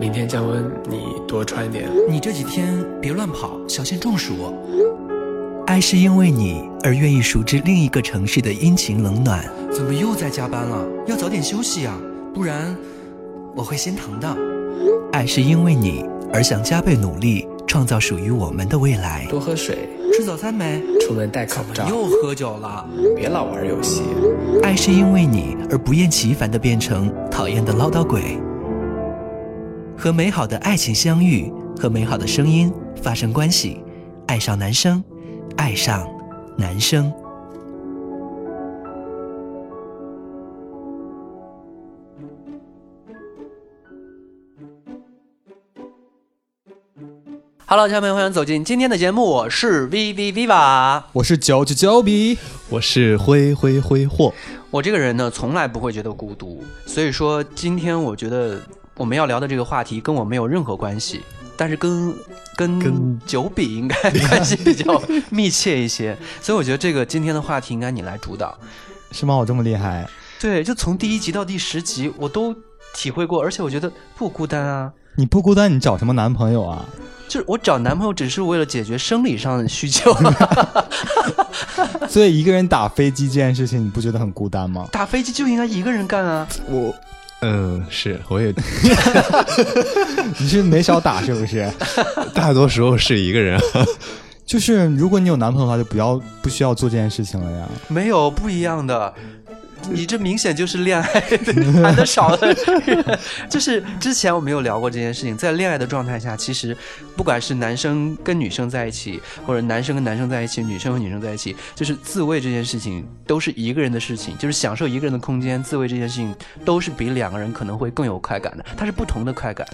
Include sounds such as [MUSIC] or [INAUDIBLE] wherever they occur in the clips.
明天降温，你多穿点。你这几天别乱跑，小心中暑。爱是因为你而愿意熟知另一个城市的阴晴冷暖。怎么又在加班了？要早点休息呀、啊，不然我会心疼的。爱是因为你而想加倍努力，创造属于我们的未来。多喝水，吃早餐没？出门戴口罩。又喝酒了，别老玩游戏。爱是因为你而不厌其烦的变成讨厌的唠叨鬼。和美好的爱情相遇，和美好的声音发生关系，爱上男生。爱上男生。 Hello，家人们，欢迎走进今天的节目，我是 V V Viva。我是九九九比，我是挥挥挥霍，我这个人呢，从来不会觉得孤独，所以说今天我觉得我们要聊的这个话题跟我没有任何关系。但是跟跟跟九比应该关系比较密切一些，所以我觉得这个今天的话题应该你来主导。是吗？我这么厉害？对，就从第一集到第十集，我都体会过，而且我觉得不孤单啊。你不孤单，你找什么男朋友 [LAUGHS] 啊？就是我找男朋友只是为了解决生理上的需求， [LAUGHS] 所以一个人打飞机这件事情，你不觉得很孤单吗？打飞机就应该一个人干啊。我嗯是，我也你是没少打是不是？ [LAUGHS] 大多时候是一个人， [LAUGHS] 就是如果你有男朋友的话，就不要不需要做这件事情了呀。没有不一样的。你这明显就是恋 [LAUGHS] 爱谈的少的 [LAUGHS] 人，就是之前我们有聊过这件事情，在恋爱的状态下，其实不管是男生跟女生在一起，或者男生跟男生在一起，女生和女生在一起，就是自慰这件事情都是一个人的事情，就是享受一个人的空间，自慰这件事情都是比两个人可能会更有快感的，它是不同的快哎感，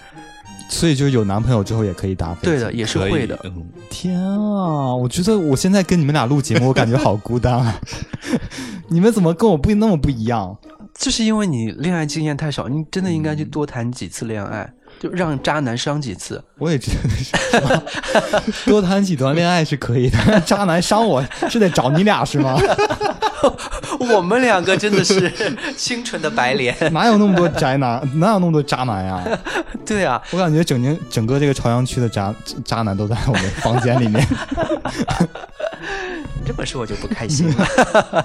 所以就是有男朋友之后也可以打飞机。对的，也是可以会的。嗯，天啊，我觉得我现在跟你们俩录节目，我感觉好孤单 [LAUGHS] 啊！你们怎么跟我不那么不一样？就是因为你恋爱经验太少，你真的应该去多谈几次恋嗯爱，就让渣男伤几次。我也觉得是， [LAUGHS] 多谈几段恋爱是可以的。 [LAUGHS] 渣男伤我是得找你俩是吗？ [LAUGHS] 我们两个真的是清纯的白 [LAUGHS] 莲，哪有那么多宅男？哪有那么多渣男呀？对啊，我感觉整年整个这个朝阳区的渣渣男都在我们房间里面。 [LAUGHS] 你这么说我就不开心了。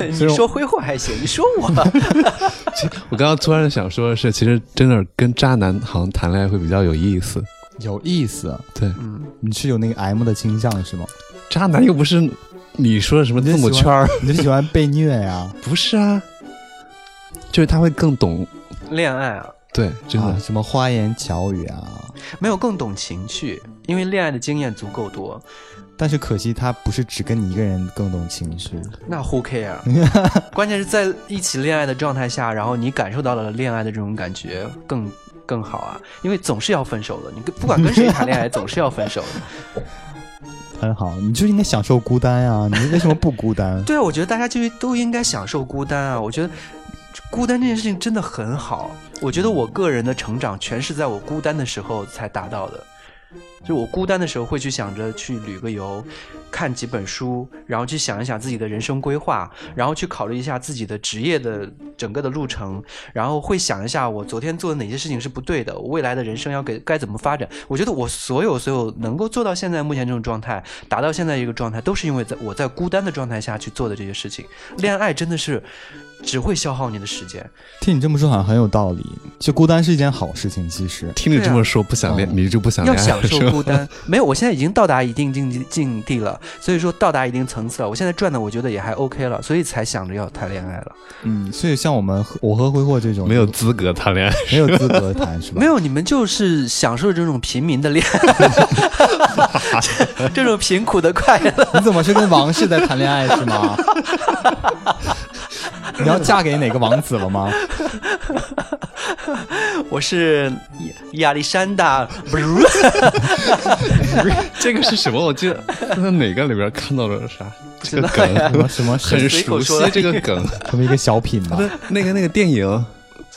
你 [LAUGHS] 嗯所以我说挥霍还行，你说我 [LAUGHS] 其我刚刚突然想说的是，其实真的跟渣男好像谈恋爱会比较有意思。有意思，嗯对，你是有那个 M 的倾向是吗？渣男又不是你说的什么字母圈儿，你就喜欢被虐呀？不是啊，就是他会更懂，恋爱啊，对， [LAUGHS] 真的、啊什么花言巧语啊？没有更懂情趣，因为恋爱的经验足够多。但是可惜他不是只跟你一个人更懂情绪，那 who [LAUGHS] care？关键是在一起恋爱的状态下，然后你感受到了恋爱的这种感觉更更好啊，因为总是要分手的，你跟不管跟谁谈 [LAUGHS] 恋爱，总是要分手的。？很好，你就应该享受孤单呀、你为什么不孤单对啊，我觉得大家就都应该享受孤单啊！我觉得孤单这件事情真的很好。我觉得我个人的成长全是在我孤单的时候才达到的。就我孤单的时候，会去想着去旅个游，看几本书，然后去想一想自己的人生规划，然后去考虑一下自己的职业的整个的路程，然后会想一下我昨天做的哪些事情是不对的，我未来的人生要给该怎么发展。我觉得我所有所有能够做到现在目前这种状态，达到现在这个状态，都是因为在我在孤单的状态下去做的这些事情。恋爱真的是只会消耗你的时间，听你这么说好像很有道理，就孤单是一件好事情，其实。听你这么说，不想恋、嗯你就不想要恋爱享了受是吗？孤单。没有，我现在已经到达一定境地境地了，所以说到达一定层次了。我现在赚的我觉得也还 OK 了，所以才想着要谈恋爱了。嗯，所以像我们和我和挥霍这种没有资格谈恋爱，没有资格谈是吧？没有，你们就是享受这种平民的恋 [LAUGHS] 爱，这这种贫苦的快乐。你怎么是跟王室在谈恋爱是吗？你要嫁给哪个王子了吗？我是亚亚历山大，不是这个是什么？我记得在哪个里边看到了啥？这什个 [LAUGHS] 么梗什么很随熟口说悉的这个梗，什么一个小品吧不？是那个那个电影，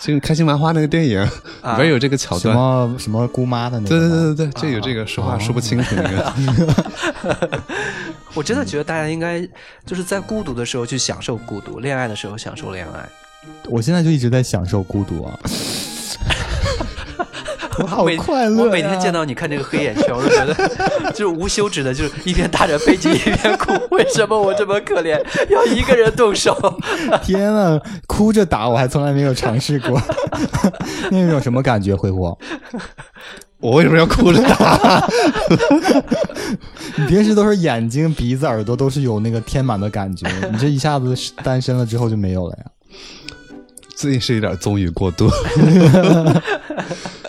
就是开心麻花那个电影啊里边有这个桥什段。么什么姑妈的那个？对对对对对，这有这个说话说不清楚那个，我真的觉得大家应该就是在孤独的时候去享受孤独，恋爱的时候享受恋爱。对，我现在就一直在享受孤独啊。我好每快乐、我每天见到你看这个黑眼圈，我就觉得 [LAUGHS] 就是无休止的，就是一边打着飞机一边哭。为什么我这么可怜，要一个人动手？ [LAUGHS] 天啊，哭着打我还从来没有尝试过， [LAUGHS] 那种什么感觉？灰狐，我为什么要哭着打？你平时都是眼睛、鼻子、耳朵都是有那个填满的感觉，你这一下子是单身了之后就没有了呀？ [LAUGHS] 最近是有点纵欲过 [LAUGHS] 度，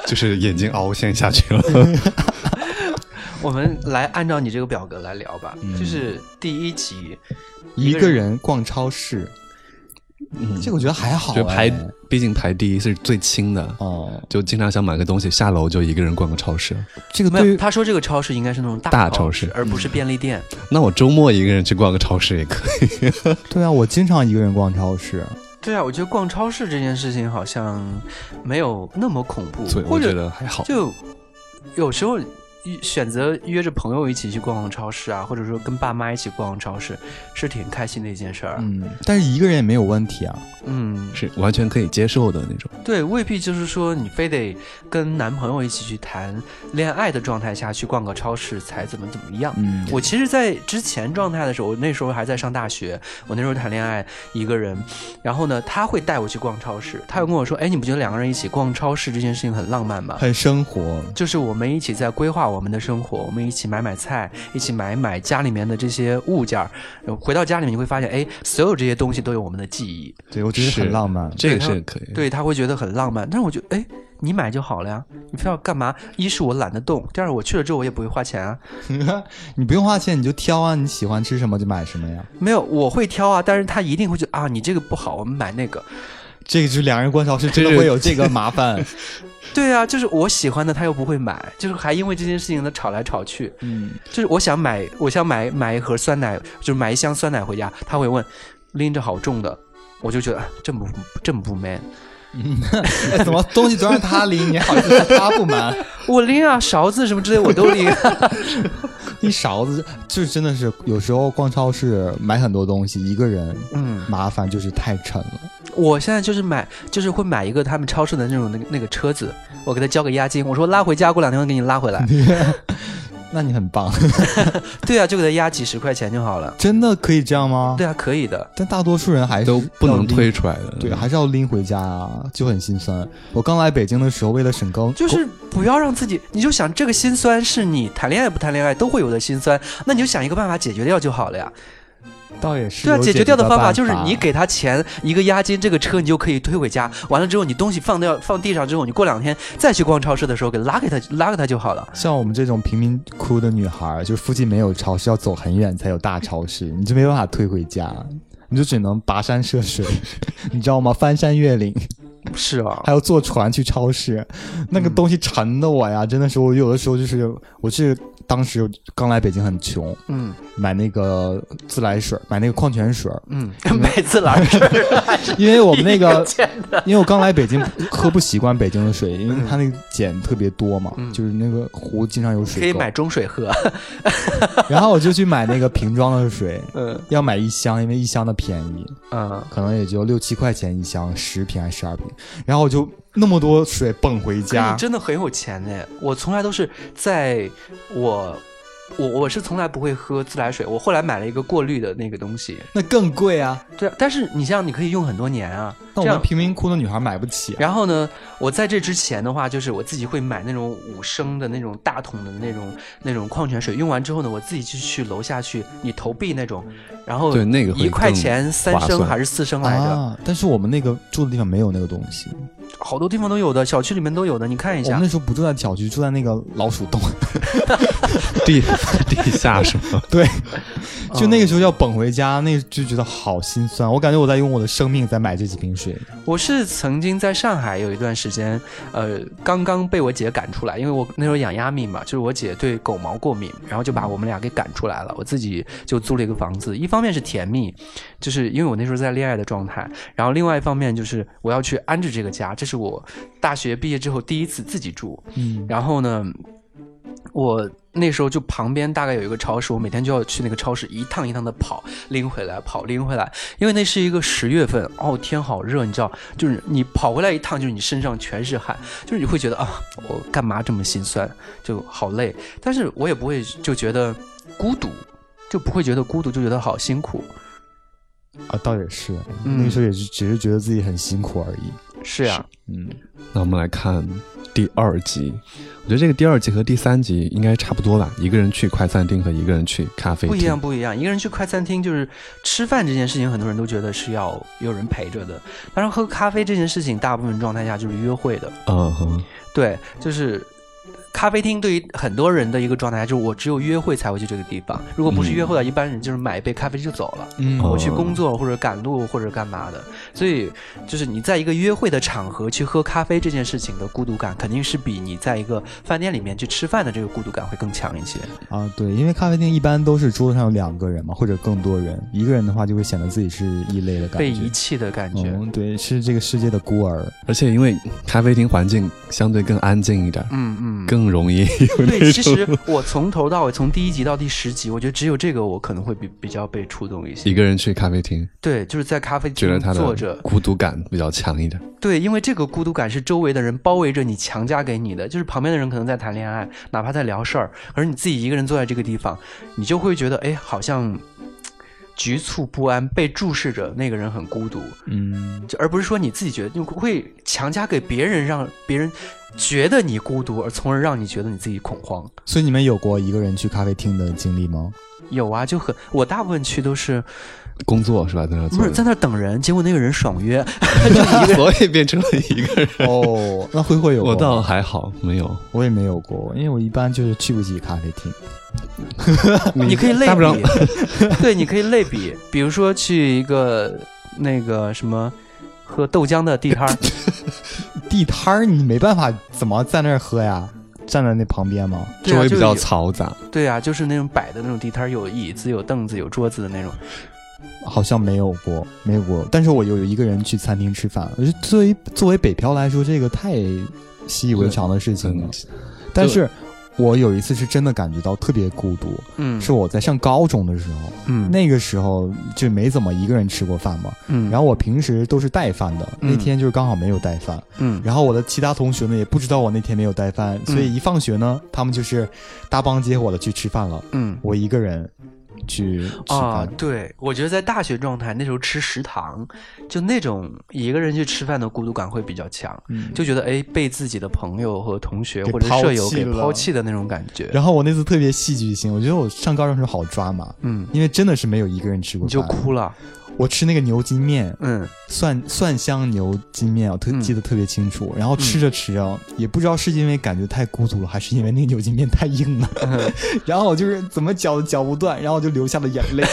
就是眼睛凹陷下 [LAUGHS] 去了。我们来按照你这个表格来聊吧。嗯就是第一集，一个个人逛超市，这个我觉得还好、啊哎，就排，毕竟排第一是最轻的，哦，就经常想买个东西，下楼就一个人逛个超市。这个没对有于他说这个超市应该是那种大大超超市嗯而不是便利店。那我周末一个人去逛个超市也可以。对啊，我经常一个人逛超市，对啊，我觉得逛超市这件事情好像没有那么恐怖所以，或我觉者得还好。就有时候一选择约着朋友一起去逛逛超市啊，或者说跟爸妈一起逛逛超市，是挺开心的一件事儿。嗯，但是一个人也没有问题啊。嗯，是完全可以接受的那种，对，未必就是说你非得跟男朋友一起去谈恋爱的状态下去逛个超市才怎么怎么样。嗯，我其实，在之前状态的时候，我那时候还在上大学，我那时候谈恋爱一个人，然后呢，他会带我去逛超市，他又跟我说，哎，你不觉得两个人一起逛超市这件事情很浪漫吗？很生活，就是我们一起在规划我们的生活，我们一起买买菜，一起买买家里面的这些物件儿，呃回到家里面你会发现，哎，所有这些东西都有我们的记忆，对我觉得很是浪漫。这个他是可以。对他会觉得很浪漫，但是我觉得，哎，你买就好了呀，你非要干嘛？一是我懒得动，第二我去了之后我也不会花钱啊。 [LAUGHS] 你不用花钱，你就挑啊，你喜欢吃什么就买什么呀。没有，我会挑啊，但是他一定会觉得啊，你这个不好，我们买那个。这个就是两人逛超市真的这是会有这个麻烦。对啊，就是我喜欢的他又不会买，就是还因为这件事情呢吵来吵去。嗯，就是我想买，我想买买一盒酸奶，就是买一箱酸奶回家，他会问拎着好重的，我就觉得啊这么不这么不 man。哎怎么东西都让他拎，你还好意思说他不满？我拎啊，勺子什么之类我都拎、 [LAUGHS] 一勺子就是真的是有时候逛超市买很多东西，一个人嗯，麻烦就是太沉了。 [LAUGHS] 我现在就是买，就是会买一个他们超市的那种那个那个车子，我给他交个押金，我说拉回家，过两天我给你拉回嗯来。那你很棒，对啊，就给他押几十块钱就好了。真的可以这样吗？对啊，可以的。但大多数人还是都不要能拎推。出来的，对，还是要拎回家啊，就很心酸。我刚来北京的时候，为了省高，就是不要让自己，你就想这个心酸是你谈恋爱不谈恋爱都会有的心酸，那你就想一个办法解决掉就好了呀。倒也是对啊，有解决掉的办方法就是你给他钱一个押金，这个车你就可以推回家。完了之后，你东西放掉放地上之后，你过两天再去逛超市的时候给拉给他拉给他就好了。像我们这种贫民窟的女孩儿，就是附近没有超市，要走很远才有大超市，你就没办法推回家，你就只能跋山涉水， [LAUGHS] 你知道吗？翻山越岭，是啊，还要坐船去超市，那嗯个东西沉的我呀，真的是我有的时候就是我是当时刚来北京很穷，嗯买那个自来水，买那个矿泉水，嗯， [LAUGHS] 每次来是因为我们那 [LAUGHS] 个见 [LAUGHS] 的因为我刚来北京喝不习惯北京的水，因为它那个碱特别多嘛，嗯就是那个湖经常有可水以垢买中水喝。然后我就去买那个瓶装的水，嗯要买一箱，因为一箱的便宜，嗯，可能也就六七块钱一箱，十瓶还是十二瓶。然后我就那么多水蹦回可家你，真的很有钱呢。我从来都是在我。我我是从来不会喝自来水，我后来买了一个过滤的那个东西，那更贵啊！对啊，但是你像你可以用很多年啊，这那我们样贫民窟的女孩买不起啊、然后呢，我在这之前的话，就是我自己会买那种五升的那种大桶的那种那种矿泉水，用完之后呢，我自己就去楼下去你投币那种，然后对那个会一块更钱三划升算还是四升来着，啊！但是我们那个住的地方没有那个东西，好多地方都有的，小区里面都有的，你看一我们下那。时候不住在小区，住在那个老鼠 [LAUGHS] 洞，地地下什么，就嗯那个时候要蹦回家，那就觉得好心酸。我感觉我在用我的生命在买这几瓶水，我是曾经在上海有一段时间，呃，刚刚被我姐赶出来，因为我那时候养鸭咪嘛，就是我姐对狗毛过敏，然后就把我们俩给赶出来了。我自己就租了一个房子，一方面是甜蜜，就是因为我那时候在恋爱的状态，然后另外一方面就是我要去安置这个家，这是我大学毕业之后第一次自己住，嗯，然后呢。我那时候就旁边大概有一个超市，我每天就要去那个超市一趟一趟的跑，拎回来，跑拎回来，因为那是一个十月份，哦天好热，你知道，就是你跑回来一趟，就是你身上全是汗，就是你会觉得啊，我干嘛这么心酸，就好累，但是我也不会就觉得孤独，就不会觉得孤独，就觉得好辛苦，啊，倒也是，嗯那个时候也是只是觉得自己很辛苦而已。是呀、嗯，那我们来看第二集，我觉得这个第二集和第三集应该差不多吧，一个人去快餐厅和一个人去咖啡不厅一样，不一样。一个人去快餐厅就是吃饭这件事情，很多人都觉得是要有人陪着的。当然，喝咖啡这件事情，大部分状态下就是约会的。嗯哼，对，就是咖啡厅对于很多人的一个状态下，就是我只有约会才会去这个地方。如果不是约会的，一般人就是买一杯咖啡就走了。嗯哦我去工作或者赶路或者干嘛的，所以就是你在一个约会的场合去喝咖啡这件事情的孤独感，肯定是比你在一个饭店里面去吃饭的这个孤独感会更强一些。啊，对，因为咖啡厅一般都是桌上有两个人嘛，或者更多人，一个人的话就会显得自己是异类的感觉，被遗弃的感哦觉，嗯，对，是这个世界的孤儿。而且因为咖啡厅环境相对更安静一点，嗯嗯，更容易有对，那其种实我从头到尾，从第一集到第十集，我觉得只有这个我可能会比比较被触动一一些。个人去咖啡厅，对，就是在咖啡觉得厅他坐的着，孤独感比较强一点。对，因为这个孤独感是周围的人包围着你强加给你的，就是旁边的人可能在谈恋爱，哪怕在聊事儿，而你自己一个人坐在这个地方，你就会觉得哎，好像局促不安，被注视着，那个人很孤独，嗯，就而不是说你自己觉得，你会强加给别人，让别人觉得你孤独，而从而让你觉得你自己恐慌。所以你们有过一个人去咖啡厅的经历吗？有啊，就很我大部分去都是工作是吧？在那不做是在着，那儿等人，结果那个人爽约， [LAUGHS] 所以变成了一个人。 [LAUGHS] 哦，那灰灰有过我吗，倒还好，没有。我也没有过，因为我一般就是去不起咖啡厅。你可以类大不了比，对，你可以类比，比如说去一个那个什么喝豆浆的地摊 [LAUGHS] 儿，地摊儿你没办法怎么在那儿喝呀？站在那旁边吗？对周啊，围就比较有嘈杂，对啊，就是那种摆的那种地摊儿，有椅子、有凳子、有桌子的那种。好像没有过，没有过。但是我有一个人去餐厅吃饭，我觉得作为作为北漂来说，这个太习以为常的事情了嗯。但是我有一次是真的感觉到特别孤独，嗯，是我在上高中的时候，嗯那个时候就没怎么一个人吃过饭嘛。嗯，然后我平时都是带饭的，嗯那天就是刚好没有带饭。嗯然后我的其他同学呢也不知道我那天没有带饭，所以一放学呢，他们就是搭帮结伙的去吃饭了，嗯我一个人去吃啊饭。，对，我觉得在大学状态那时候吃食堂，就那种一个人去吃饭的孤独感会比较强，嗯就觉得哎被自己的朋友和同学给或者抛舍友弃给了抛弃的那种感觉。然后我那次特别戏剧性，我觉得我上高中的时候好抓嘛，嗯，因为真的是没有一个人吃过你饭，就哭了。我吃那个牛筋面，嗯蒜蒜香牛筋面，啊我特嗯记得特别清楚。然后吃嗯着吃着，也不知道是因为感觉太孤独了，还是因为那个牛筋面太硬了，嗯 [LAUGHS] 然后我就是怎么嚼都嚼不断，然后我就流下了眼 [LAUGHS] 泪。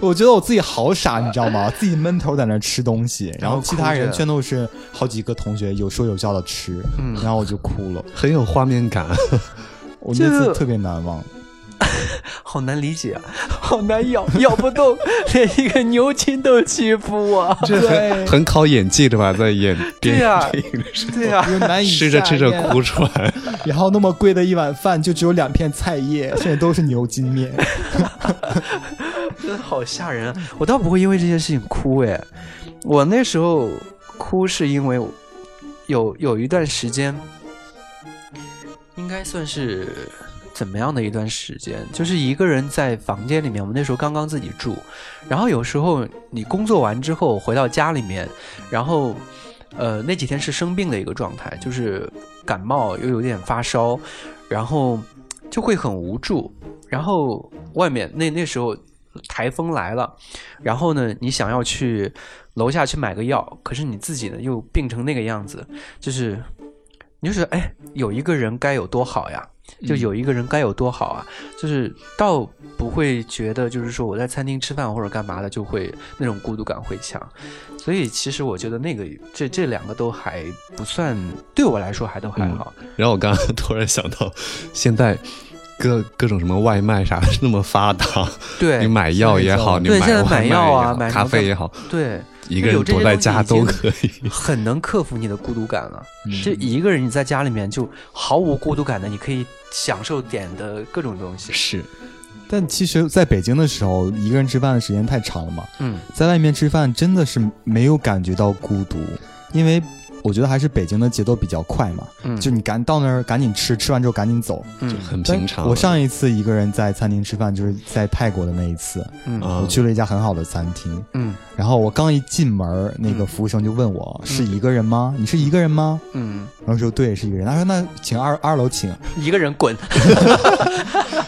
我觉得我自己好傻，你知道吗？自己闷头在那儿吃东西，然然后后其他哭人着全都是好几个同学有说有笑的吃，嗯，然后我就哭了。很有画面感。我那这次个特别难忘。好难理解啊，好难咬，咬不动，连一个牛筋都欺负我。这 [LAUGHS] 很 [LAUGHS] 很考演技的吧？在演电对啊哎呀电影的时对呀、因为难候，以吃着下吃着咽哭出来，然后那么贵的一碗饭就只有两片菜叶，剩下都是牛筋面。真的好吓人啊！我倒不会因为这件事情哭哎，我那时候哭是因为我有有一段时间，应该算是怎么样的一段时间，就是一个人在房间里面。我们那时候刚刚自己住，然后有时候你工作完之后回到家里面，然后呃那几天是生病的一个状态，就是感冒又有点发烧，然后就会很无助。然后外面那那时候台风来了，然后呢，你想要去楼下去买个药，可是你自己呢又病成那个样子，就是你就觉得哎，有一个人该有多好呀，就有一个人该有多好啊，就是倒不会觉得就是说我在餐厅吃饭或者干嘛的就会那种孤独感会强，所以其实我觉得那个这这两个都还不算对我来说还都还好，然后我刚刚突然想到，现在各各种什么外卖啥的那么发达，你对买药也好，你对现在外卖买药啊也好买什么咖啡也好，对，一个人躲在家都可 [LAUGHS] 以。很能克服你的孤独感了。嗯就一个人你在家里面就毫无孤独感的，你可以享受点的各种东西。是，但其实，在北京的时候，一个人吃饭的时间太长了嘛，嗯，在外面吃饭真的是没有感觉到孤独，因为我觉得还是北京的节奏比较快嘛，嗯就你赶到那儿赶紧吃，吃完之后赶紧走。嗯很平常。我上一次一个人在餐厅吃饭，就是在泰国的那一次，嗯啊我去了一家很好的餐厅，嗯然后我刚一进门，那个服务生就问嗯我、是一个人吗？你是一个人吗？嗯，然后说对，是一个人。他说那请二二楼请，一个人滚。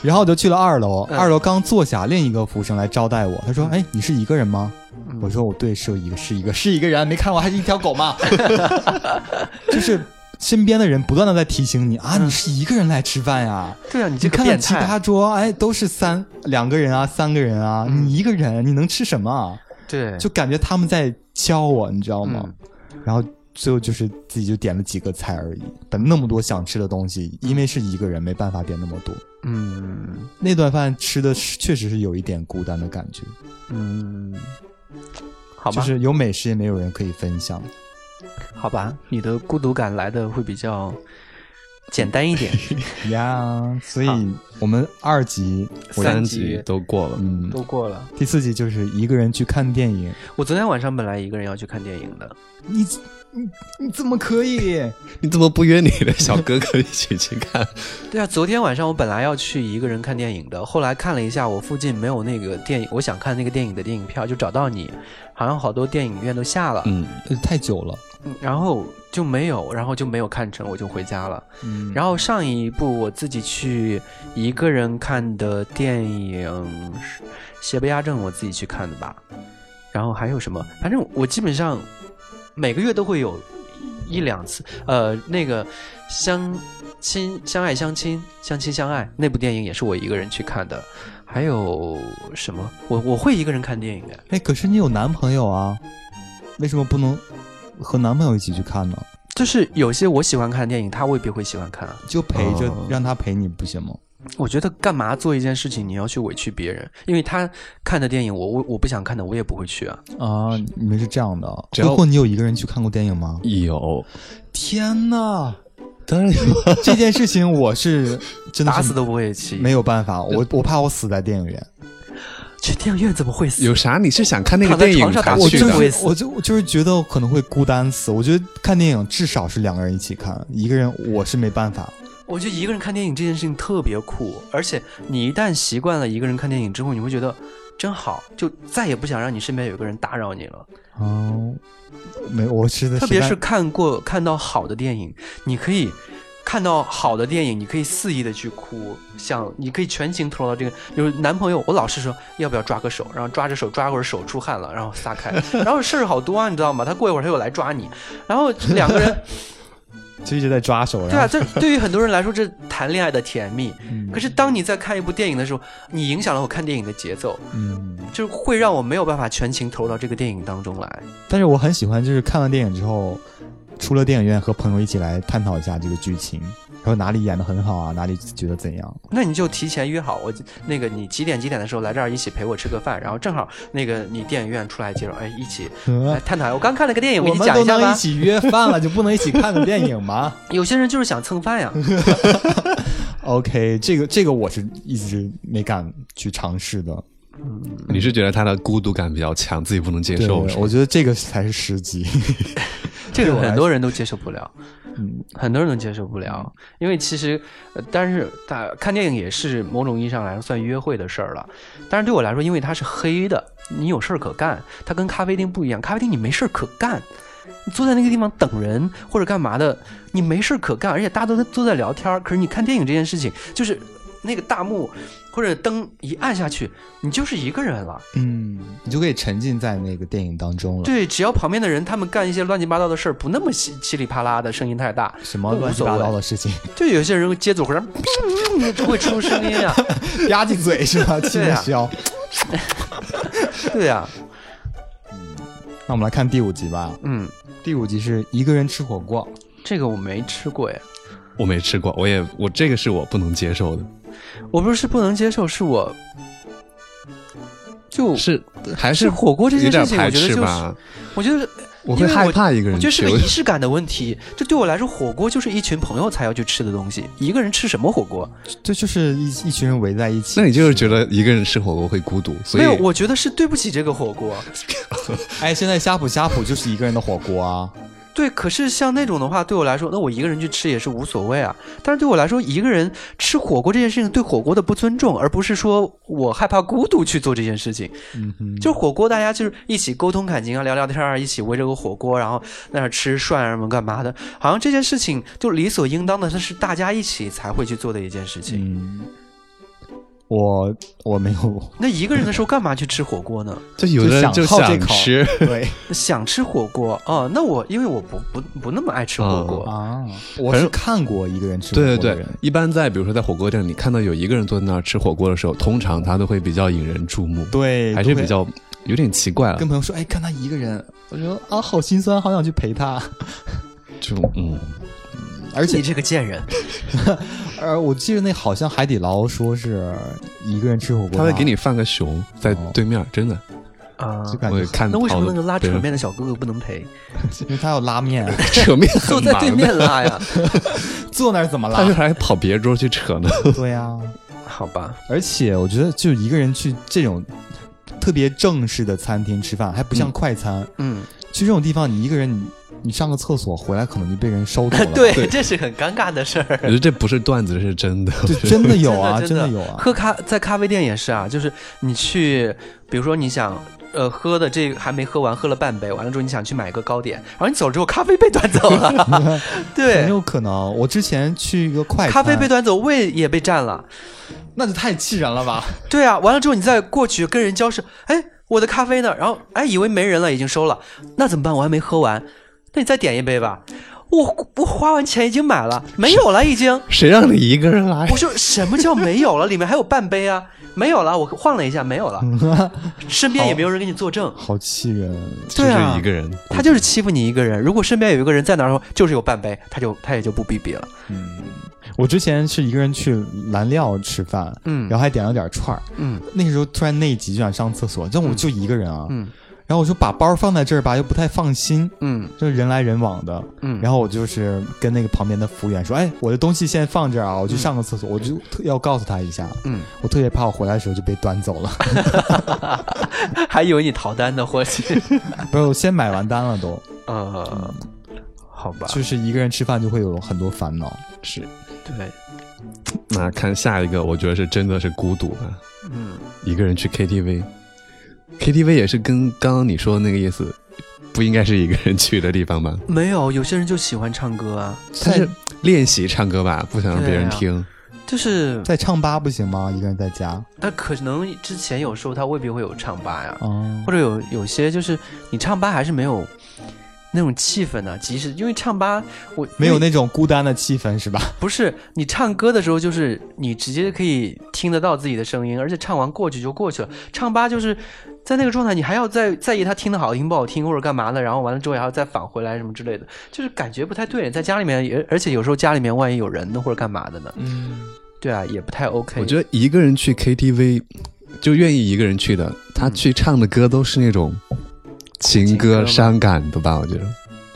然后我就去了二楼，嗯二楼刚坐下，另一个服务生来招待我，他说：“哎，你是一个人吗？”嗯我说：“我对，是有一个，是一个， [LAUGHS] 是一个人，没看我还是一条狗吗？” [LAUGHS] 就是身边的人不断的在提醒你啊，你是一个人来吃饭呀、 [LAUGHS] 对啊，你嗯你这个看看变其他态。桌，哎，都是三两个人啊，三个人啊，嗯你一个人，你能吃什么啊？对，就感觉他们在教我，你知道吗？嗯然后最后就是自己就点了几个菜而已，本那么多想吃的东西，因为是一个人，没办法点那么多。嗯那顿饭吃的是确实是有一点孤单的感觉，嗯，好吧，就是有美食也没有人可以分享。好吧，你的孤独感来的会比较简单一 [LAUGHS] 点。呀，所以好我们二集我三三集集都过了，嗯，都过了，第四集就是一个人去看电影，我昨天晚上本来一个人要去看电影的，你你你怎么可以？你怎么不约你的小哥哥一起去 [LAUGHS] 看？对啊，昨天晚上我本来要去一个人看电影的，后来看了一下，我附近没有那个电影，我想看那个电影的电影票，就找到你，好像好多电影院都下了，嗯，呃太久了，嗯然后就没有，然后就没有看成，我就回家了。嗯，然后上一部我自己去一个人看的电影是《邪不压正》，我自己去看的吧。然后还有什么？反正我基本上每个月都会有一两次。呃，那个相亲、相爱、相亲、相亲相爱那部电影也是我一个人去看的。还有什么？我我会一个人看电影的。哎，可是你有男朋友啊，为什么不能和男朋友一起去看呢？就是有些我喜欢看的电影，他未必会喜欢看啊。就陪着、哦让他陪你不行吗？我觉得干嘛做一件事情，你要去委屈别人？因为他看的电影，我我我不想看的，我也不会去啊。啊，你们是这样的啊。只要慧慧，你有一个人去看过电影吗？有，天哪！当然有。啊这件事情我是真的打是死都不会去。没有办法，我我怕我死在电 [LAUGHS] 影院，去电影院怎么会死？有啥？你是想看那个躺在电影床上才打我趣去就不的？会是死我就我就是觉得可能会孤单死。我觉得看电影至少是两个人一起看，一个人我是没办法。我觉得一个人看电影这件事情特别酷，而且你一旦习惯了一个人看电影之后，你会觉得真好，就再也不想让你身边有一个人打扰你了。哦，没，我是的，特别是实在看过看到好的电影，你可以看到好的电影，你可以肆意的去哭，想你可以全情投入到这个。有男朋友，我老是说要不要抓个手，然后抓着手抓会儿手出汗了，然后撒开， [LAUGHS] 然后事儿好多啊，你知道吗？他过一会儿他又来抓你，然后两个人，就一直在抓手，对然啊，后这对于很多人来说这是谈恋爱的甜蜜。嗯可是当你在看一部电影的时候，你影响了我看电影的节奏，嗯，就是会让我没有办法全情投入到这个电影当中来。但是我很喜欢，就是看完电影之后，出了电影院和朋友一起来探讨一下这个剧情，然后哪里演的很好啊，哪里觉得怎样。那你就提前约好，我那个你几点几点的时候来这儿一起陪我吃个饭，然后正好那个你电影院出来接着，哎，一起来探哎讨一下。我刚看了个电影，给嗯我你们讲都一下能一吧。起约饭了，就不能一起看个电影吗有些人就是想蹭饭呀， [LAUGHS] ？OK，这个这个我是一直没敢去尝试的。你是觉得他的孤独感比较强，自己不能接对，受？是吗我觉得这个才是时 [LAUGHS] 机。这对个我来很多人都接受不了，嗯，很多人都接受不了，因为其实，呃但是他看电影也是某种意义上来说算约会的事儿了。但是对我来说，因为它是黑的，你有事儿可干，它跟咖啡厅不一样。咖啡厅你没事儿可干，你坐在那个地方等人或者干嘛的，你没事儿可干，而且大家都在都在聊天儿。可是你看电影这件事情，就是那个大幕或者灯一按下去，你就是一个人了。嗯，你就可以沉浸在那个电影当中了。对，只要旁边的人他们干一些乱七八糟的事儿，不那么稀稀里啪啦的声音太大，什么那无乱七所八谓糟的事情，就有些人接组合， [LAUGHS] 就会出声音啊。吧唧嘴是 [LAUGHS] 吧？气对得啊消。 [LAUGHS] 对呀、那我们来看第五集吧。嗯，第五集是一个人吃火锅。这个我没吃过哎，我没吃过，我也我这个是我不能接受的。我不是不能接受，是我就是还是是火锅这有件点事情，我排觉得斥就是，吧？嗯我觉得我因会为害怕一个我人觉得是个去 [LAUGHS] 仪式感的问题。这对我来说，火锅就是一群朋友才要去吃的东西，一个人吃什么火锅？这就是一一群人围在一起。那你就是觉得一个人吃火锅会孤独，所没以有，我觉得是对不起这个火锅。哎，现在呷哺呷哺就是一个人的火锅 [LAUGHS] 啊，对，可是像那种的话，对我来说，那我一个人去吃也是无所谓啊。但是对我来说，一个人吃火锅这件事情对火锅的不尊重，而不是说我害怕孤独去做这件事情。嗯哼，就是火锅，大家就是一起沟通感情啊，聊聊天儿啊，一起围着个火锅，然后在那儿吃涮啊什么干嘛的，好像这件事情就理所应当的，它是大家一起才会去做的一件事情。嗯，我我没有， [LAUGHS] 那一个人的时候，干嘛去吃火锅 [LAUGHS] 呢？就有的人就好这想口，吃，对想吃火锅哦，那我因为我不不不那么爱吃火锅，啊，我反是正看过一个人吃火锅的对对对人，，一般在比如说在火锅店里看到有一个人坐在那儿吃火锅的时候，通常他都会比较引人注目，对还是比。较有点奇怪都会了跟。朋友说，哎，看他一个人，我觉得啊，好心酸，好想去陪他。就嗯，哦而且你，这个贱 [LAUGHS] 人，呃，我记得那好像海底捞说是一个人吃火锅，他会给，你放个熊在对面，真的，啊、就感我觉也看那为什么好那个多拉扯别人面的小哥哥不能陪？因为他要 [LAUGHS] 拉面， [LAUGHS] 扯面坐很在对忙的，面拉 [LAUGHS] 呀？坐那儿怎么他拉是？还跑别桌去扯 [LAUGHS] 呢。 [LAUGHS] 对呀、啊，好吧，而且我觉得，就一个人去这种特别正式的餐厅吃饭，还不像嗯快餐。嗯，去这种地方，你一个人你，你上个厕所回来，可能就被人收走了。 [LAUGHS] 对，这是很尴尬的事儿。我觉得这不是段子，这是真的。对，真的有 [LAUGHS] 啊，真真的的真有啊。喝咖在咖啡店也是啊，就是你去，比如说你想。呃，喝的这个还没喝完，喝了半杯，完了之后你想去买个糕点，然后你走了之后，咖啡被端走了，很 [LAUGHS] 对，有可能，我之前去一个快餐，咖啡被端走，胃也被占了，那就太气人了吧？对啊，完了之后你再过去跟人交涉，哎，我的咖啡呢？然后哎，以为没人了，已经收了，那怎么办？我还没喝完，那你再点一杯吧。我我花完钱已经买了，没有了已经。谁让你一个人来我？说什么叫没有了？里面还有半杯啊，没有了，我晃了一下，没有了，身边也没有人给你作证。好气人！就对是啊一个人，他就是欺负你一个人，如果身边有一个人在那儿的话，就是有半杯，他就他也就不逼逼了。我之前是一个人去蓝料吃饭，嗯然后还点了点串儿。嗯那个时候突然内急，就想上厕所，但我就一个人啊。嗯然后我说把包放在这儿吧，又不太放心，嗯就人来人往的。嗯，然后我就是跟那个旁边的服务员说：“哎，我的东西先放这儿啊，我去上个厕所。我就特要告诉他一下，嗯，我特别怕我回来的时候就被 [LAUGHS] 端走了。还以为你逃单呢，伙计。不是，我先买完单了都。呃，好吧，就是一个人吃饭就会有很多烦恼。是。对，那看下一个，我觉得是真的是孤独吧，嗯。一个人去 KTV。KTV 也是跟刚刚你说的那个意思，不应该是一个人去的地方吧？没有，有些人就喜欢唱歌啊，但是在练习唱歌吧，不想让别人听。就是在唱吧不行吗？一个人在家他可能之前有时候他未必会有唱吧呀，啊，或者有有些就是你唱吧还是没有那种气氛呢、即使因为唱吧我没有因为那种孤单的气氛是吧？不是你唱歌的时候，就是你直接可以听得到自己的声音，而且唱完过去就过去了。唱吧就是在那个状态，你还要在在意他听的好听不好听或者干嘛的，然后完了之后还要再返回来什么之类的，就是感觉不太对。在家里面也，而且有时候家里面万一有人呢或者干嘛的呢，嗯，对啊，也不太 OK。我觉得一个人去 KTV，就愿意一个人去的，他去唱的歌都是那种情情歌歌、吗伤感的吧？我觉得，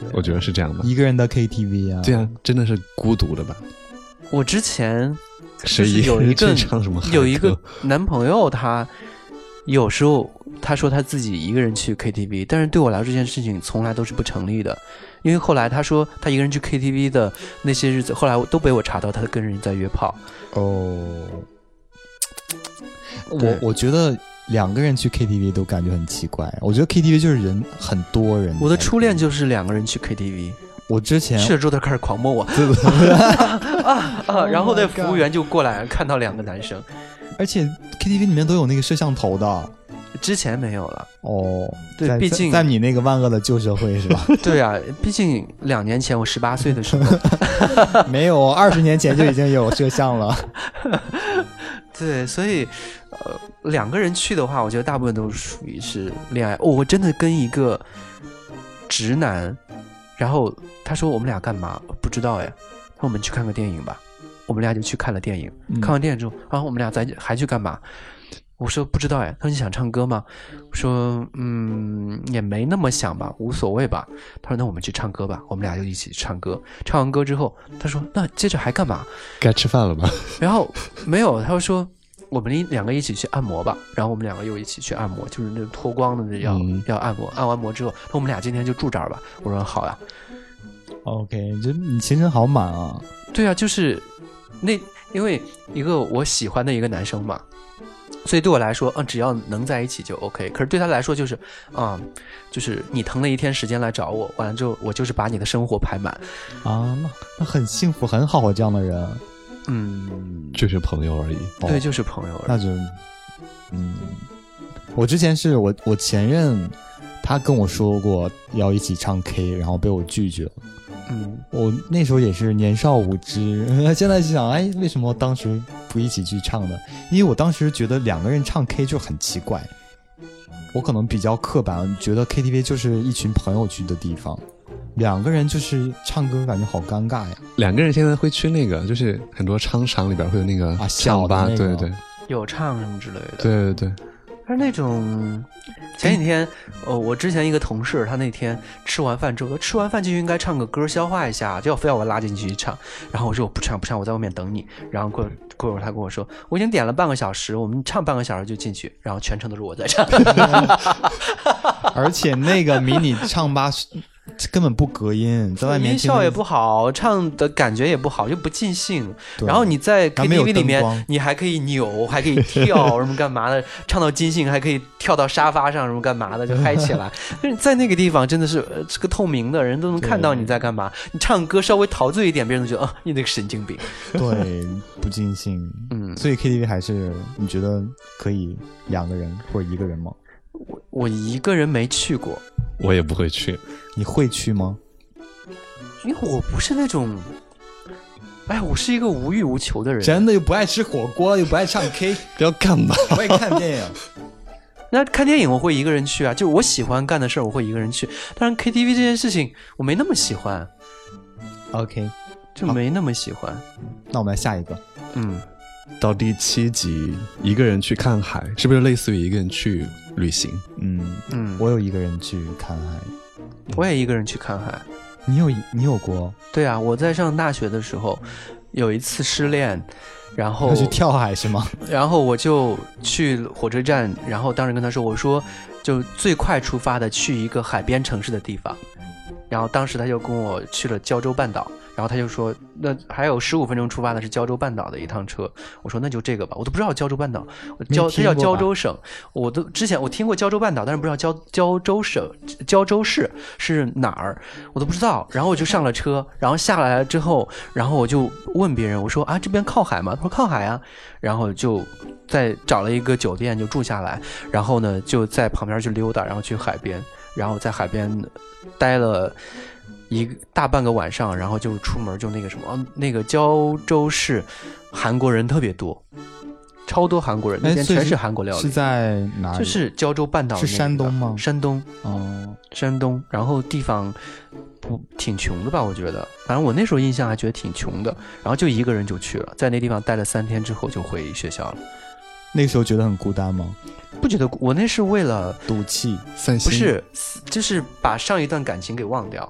对我觉得是这样吧。一个人的 KTV 啊，对啊，真的是孤独的吧？我之前谁一有个一人个去唱什么嗨歌？有一个男朋友，他有时候他说他自己一个人去 KTV，但是对我来说这件事情从来都是不成立的，因为后来他说他一个人去 KTV 的那些日子，后来我都被我查到他跟人在约炮。哦，对我我觉得两个人去 KTV 都感觉很奇怪。我觉得 KTV 就是人很多人。我的初恋就是两个人去 KTV，我之前 [LAUGHS] 去了之后他开始狂摸我，啊啊！然后那服务员就过来看到两个男生，而且 KTV 里面都有那个摄像头的之前没有了。哦。对在毕竟在在你那个万恶的旧社会 [LAUGHS] 是吧？对啊，毕竟两年前我十八岁的时候，没有，二十年前就已经有摄像了。 [LAUGHS] 对，所以，呃，两个人去的话，我觉得大部分都属于是恋爱。哦，我真的跟一个直男，然后他说我们俩干嘛？不知道哎，那我们去看啊个电影吧。我们俩就去看了电影，看完电影之后，然后我们俩咱还去干嘛？我说不知道哎，他说你想唱歌吗？我说嗯，也没那么想吧，无所谓吧。他说那我们去唱歌吧，我们俩就一起唱歌。唱完歌之后，他说那接着还干嘛？该吃饭了吧？然后没有，他又说我们一两个一起去按摩吧。然后我们两个又一起去按摩，就是那种脱光的那要、嗯要按摩，按完摩之后，那我们俩今天就住这儿吧。我说好啊呀、 OK，这你行程好满啊！对啊，就是那因为一个我喜欢的一个男生嘛。所以对我来说，嗯，只要能在一起就 OK。可是对他来说，就是，啊、就是你腾了一天时间来找我，完了之后，我就是把你的生活排满。啊，那那很幸福，很好啊，这样的人，嗯，就是朋友而已。对，就是朋友而那已。就，嗯，我之前是我我前任，他跟我说过要一起唱 K，然后被我拒绝了。嗯，我那时候也是年少无知， [LAUGHS] 现在想，哎，为什么当时不一起去唱呢？因为我当时觉得两个人唱 K 就很奇怪，我可能比较刻板，觉得 KTV 就是一群朋友去的地方，两个人就是唱歌，感觉好尴尬呀。两个人现在会去那个，就是很多商场里边会有那个啊巷吧，小的对那个对对有唱什么之类的。对对对，但是那嗯种前几天，呃，我之前一个同事，他那天吃完饭之后，吃完饭就应该唱个歌消化一下，就要非要我拉进去唱。然后我说我不唱不唱，我在外面等你。然后过过一会儿他跟我说，我已经点了半个小时，我们唱半个小时就进去，然后全程都是我在唱。而且那个迷你唱吧是根本不隔音，在外面 [LAUGHS] 音听效也不好，唱的感觉也不好，就不尽兴。对然后你在然后没有 KTV 里灯面光，你还可以扭，还可以跳，什么干嘛的？唱到尽兴，还可以跳到沙发上，什么干嘛的，就嗨起来。但是在那个地方真的是呃是个透明的，人都能看到你在干嘛。你唱歌稍微陶醉一点，别人都觉得啊、你那个神经病。 [LAUGHS] 对不尽兴，嗯，所以 KTV 还是你觉得可以两个人或者一个人吗？我一个人没去过，我也不会去。你会去吗？因为我不是那种，哎，我是一个无欲无求的人。真的又不爱吃火锅，又不爱唱 [LAUGHS] K，要干嘛？不爱看电影。那看电影我会一个人去啊，就是我喜欢干的事儿我会一个人去。当然 KTV 这件事情我没那么喜欢， OK，就没那么喜欢。那我们来下一个。嗯，到第七集，一个人去看海，是不是类似于一个人去旅行？嗯，嗯，我我有一个人去看海，我也一个人去看海。你有你有过？对啊，我在上大学的时候有一次失恋，然后要去跳海是吗？然后我就去火车站，然后当时跟他说，我说就最快出发的去一个海边城市的地方，然后当时他就跟我去了胶州半岛，然后他就说那还有十五分钟出发的是胶州半岛的一趟车，我说那就这个吧，我都不知道胶州半岛，我胶它听叫过胶吧州省，我都之前我听过胶州半岛，但是不知道胶胶州省胶州市是哪儿，我都不知道，然后我就上了车，然后下来了之后，然后我就问别人，我说啊这边靠海吗？他说靠海啊，然后就再找了一个酒店就住下来，然后呢就在旁边去溜达，然后去海边，然后在海边待了一个大半个晚上，然后就出门就那个什么，啊那个胶州市韩国人特别多，超多韩国人，那哎边所以全是是韩国料是理，在哪里？就是胶州半岛是那个山地方东吗山东，哦，山东，然后地方不挺穷的吧？我觉得，反正我那时候印象还觉得挺穷的，然后就一个人就去了，在那地方待了三天之后就回学校了。那个时候觉得很孤单吗？不觉得我那是为了赌气。散心不是，就是把上一段感情给忘掉，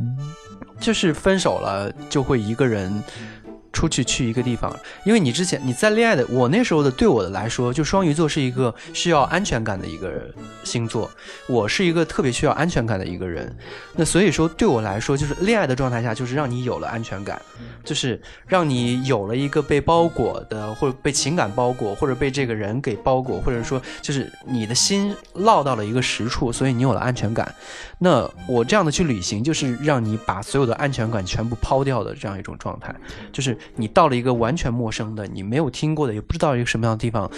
嗯就是分手了就会一个人出去去一个地方，因为你之前你在恋爱的，我那时候的对我的来说，就双鱼座是一个需要安全感的一个星座，我是一个特别需要安全感的一个人，那所以说对我来说，就是恋爱的状态下，就是让你有了安全感，就是让你有了一个被包裹的，或者被情感包裹，或者被这个人给包裹，或者说就是你的心落到了一个实处，所以你有了安全感。那我这样的去旅行，就是让你把所有的安全感全部抛掉的这样一种状态，就是你到了一个完全陌生的、你没有听过的、也不知道一个什么样的地方。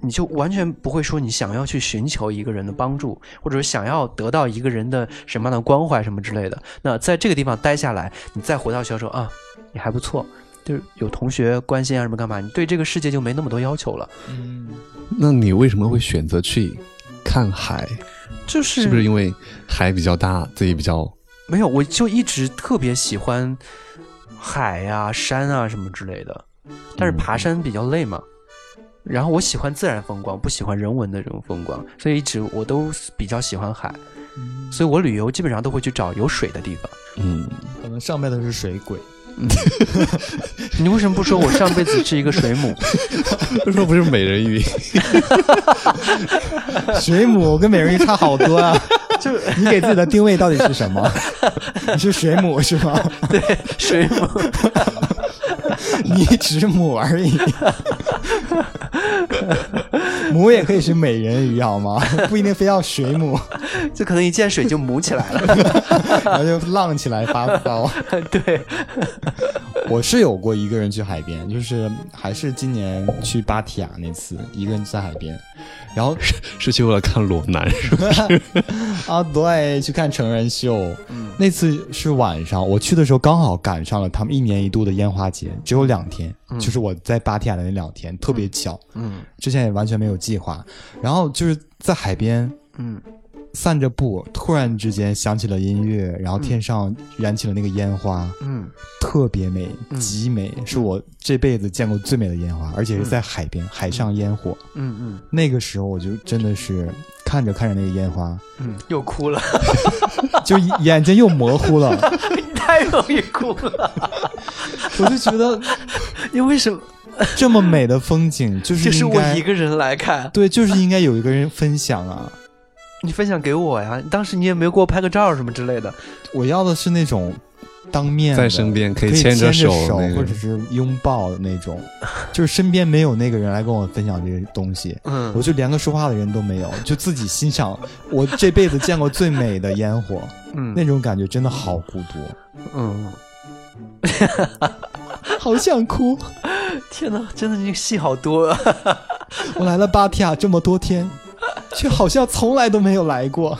你就完全不会说你想要去寻求一个人的帮助，或者是想要得到一个人的什么样的关怀什么之类的。那在这个地方待下来，你再回到学校说啊，你还不错，就是有同学关心啊什么干嘛，你对这个世界就没那么多要求了。嗯那你为什么会选择去看海？就是是不是因为海比较大，自己比较没有，我就一直特别喜欢啊嗯海呀、山啊什么之类的，但是爬山比较累嘛。然后我喜欢自然风光，不喜欢人文的这种风光，所以一直我都比较喜欢海，所以我旅游基本上都会去找有水的地方。嗯，可能上辈子是水鬼，你为什么不说我上辈子是一个水 [LAUGHS] 母？他说不是美人鱼，水母跟美人鱼差好多啊！ [LAUGHS] 就你给自己的定位到底是什 [LAUGHS] 么？你是水母是 [LAUGHS] 吗？对，水母。你只是母而已，母也可以是美人鱼好吗？不一定非要水 [LAUGHS] 母， [LAUGHS] 就可能一见水就母起来了。然后就浪起来发骚。 [LAUGHS] 对，我是有过一个人去海边，就是还是今年去芭提雅那次，一个人在海边，然后是去为了看裸男是吧？ [LAUGHS] 啊，对，去看成人秀。嗯那次是晚上，我去的时候刚好赶上了他们一年一度的烟花节，只有两天，就是我在芭提雅的那两天，特别巧。嗯之前也完全没有计划，然后就是在海边嗯散着步，突然之间响起了音乐，然后天上燃起了那个烟花，嗯，特别美，嗯极美，是我这辈子见过最美的烟花，而且是在海边，海上烟火。嗯嗯那个时候我就真的是看着看着那个烟花，嗯，又哭了，就眼睛又模糊了。 [LAUGHS] 太容易哭了。我就觉得 [LAUGHS] 你为什么？这么美的风景，就是就是应我该一个人来看，对，就是应该有一个人分享啊。你分享给我呀。当时你也没有给我拍个照什么之类的。我要的是那种当面的在身边可可以以牵着着手那或个者，是拥抱的那种，就是身边没有那个人来跟我分享这些东西。我嗯，就连个说话的人都没有，就自己欣赏我这辈子见过最美的烟火，嗯那种感觉真的好孤独，嗯，好想哭。天哪，真的你戏好多啊。 [LAUGHS] [LAUGHS] 我来了芭提雅这么多天，却好像从来都没有来过，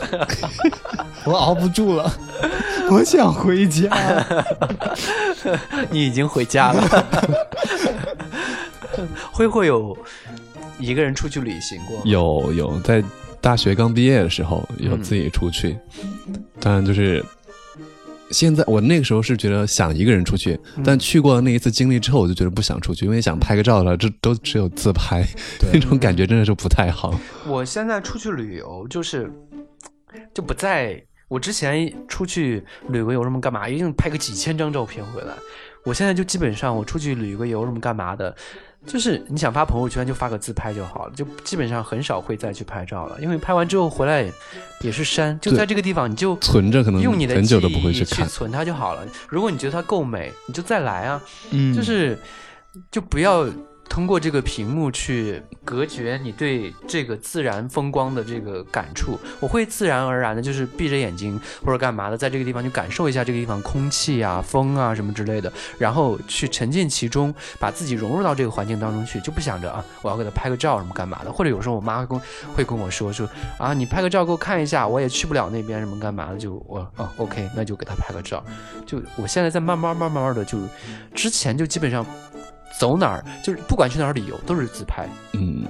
[LAUGHS] 我熬不住了， [LAUGHS] 我想回家。你已经回家了。 [LAUGHS] 慧慧有一个人出去旅行过吗？有有，在大学刚毕业的时候有自己出去，当然就是现在我那个时候是觉得想一个人出去，嗯但去过那一次经历之后，我就觉得不想出去，因为想拍个照嗯了，这都只有自拍，那种感觉真的是不太好。我现在出去旅游就是就不在。我之前出去旅个游什么干嘛，一定拍个几千张照片回来。我现在就基本上我出去旅个游什么干嘛的，就是你想发朋友圈就发个自拍就好了，就基本上很少会再去拍照了，因为拍完之后回来也是删，就对在这个地方你就存着可能用你的很久都记不会忆去看，存它就好了。如果你觉得它够美，你就再来啊。嗯就是就不要通过这个屏幕去隔绝你对这个自然风光的这个感触。我会自然而然的，就是闭着眼睛或者干嘛的，在这个地方去感受一下这个地方空气啊、风啊什么之类的，然后去沉浸其中，把自己融入到这个环境当中去，就不想着啊，我要给他拍个照什么干嘛的。或者有时候我妈会跟会跟我说说啊，你拍个照给我看一下，我也去不了那边什么干嘛的，就我哦 OK，那就给他拍个照。就我现在在慢慢慢慢的就之前就基本上走哪儿，就是不管去哪儿旅游都是自拍。嗯，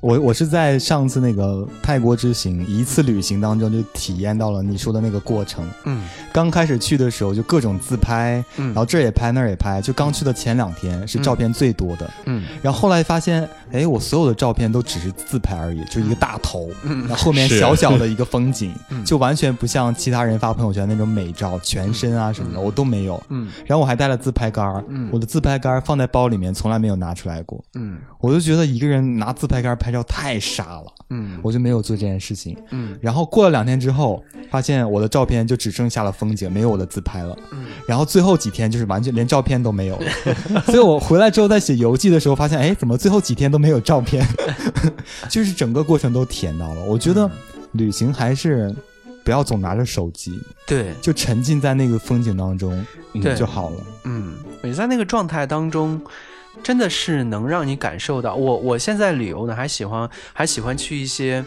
我我是在上次那个泰国之行一次旅行当中就体验到了你说的那个过程。嗯刚开始去的时候就各种自拍，嗯然后这儿也拍那儿也拍。就刚去的前两天是照片最多的，嗯然后后来发现，哎，我所有的照片都只是自拍而已，就一个大头，嗯然后后面是小小的一个风景 [LAUGHS] 嗯，就完全不像其他人发朋友圈那种美照，全身啊什么的我都没有。嗯然后我还带了自拍杆儿嗯，我的自拍杆儿放在包里面，从来没有拿出来过。嗯我就觉得一个人拿自拍杆拍照太傻了，嗯我就没有做这件事情。嗯然后过了两天之后，发现我的照片就只剩下了风景，没有我的自拍了。嗯，然后最后几天就是完全连照片都没有 [LAUGHS] 了，所以我回来之后在写游记的时候发现，哎，怎么最后几天都没有照 [LAUGHS] 片？就是整个过程都甜到了。我觉嗯得旅行还是不要总拿着手机，对，就沉浸在那个风景当中嗯对就好了。嗯，你在那个状态当中。真的是能让你感受到我，我现在旅游呢，还喜欢还喜欢去一些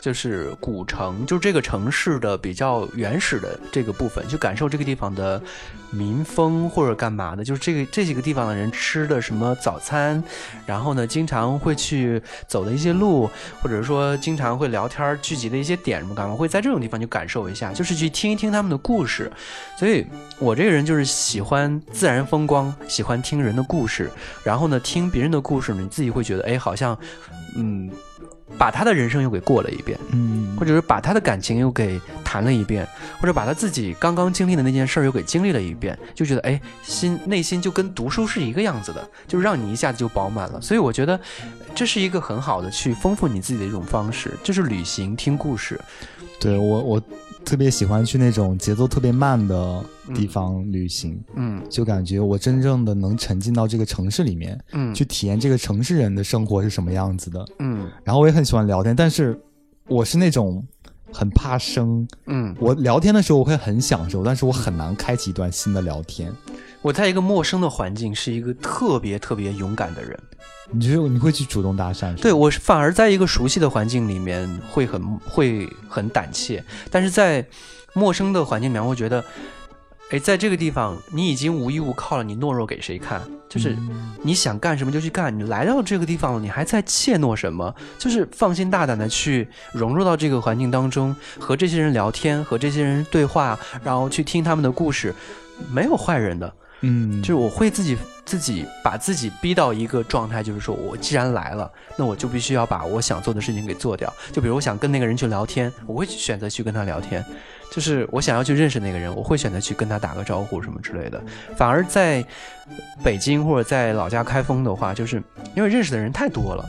就是古城，就这个城市的比较原始的这个部分，去感受这个地方的民风或者干嘛的，就是这个这几个地方的人吃的什么早餐，然后呢，经常会去走的一些路，或者说经常会聊天儿聚集的一些点什么干嘛，会在这种地方去感受一下，就是去听一听他们的故事。所以我这个人就是喜欢自然风光，喜欢听人的故事，然后呢，听别人的故事呢，你自己会觉得，哎，好像，嗯，把他的人生又给过了一遍，嗯或者是把他的感情又给谈了一遍，或者把他自己刚刚经历的那件事儿又给经历了一遍，就觉得哎，心内心就跟读书是一个样子的，就让你一下子就饱满了。所以我觉得这是一个很好的去丰富你自己的一种方式，就是旅行听故事。对我我特别喜欢去那种节奏特别慢的地方旅行，嗯就感觉我真正的能沉浸到这个城市里面，嗯去体验这个城市人的生活是什么样子的。嗯然后我也很喜欢聊天，但是我是那种很怕生，嗯，我聊天的时候我会很享受，但是我很难开启一段新的聊天。我在一个陌生的环境是一个特别特别勇敢的人。你就是你会去主动搭讪是吗？对我是反而在一个熟悉的环境里面会很会很胆怯，但是在陌生的环境里面，我会觉得，哎，在这个地方你已经无依无靠了，你懦弱给谁看？就是嗯嗯你想干什么就去干，你来到这个地方了，你还在怯懦什么？就是放心大胆的去融入到这个环境当中，和这些人聊天，和这些人对话，然后去听他们的故事，没有坏人的。嗯，就是我会自己自己把自己逼到一个状态，就是说我既然来了，那我就必须要把我想做的事情给做掉。就比如我想跟那个人去聊天，我会选择去跟他聊天；就是我想要去认识那个人，我会选择去跟他打个招呼什么之类的。反而在北京或者在老家开封的话，就是因为认识的人太多了，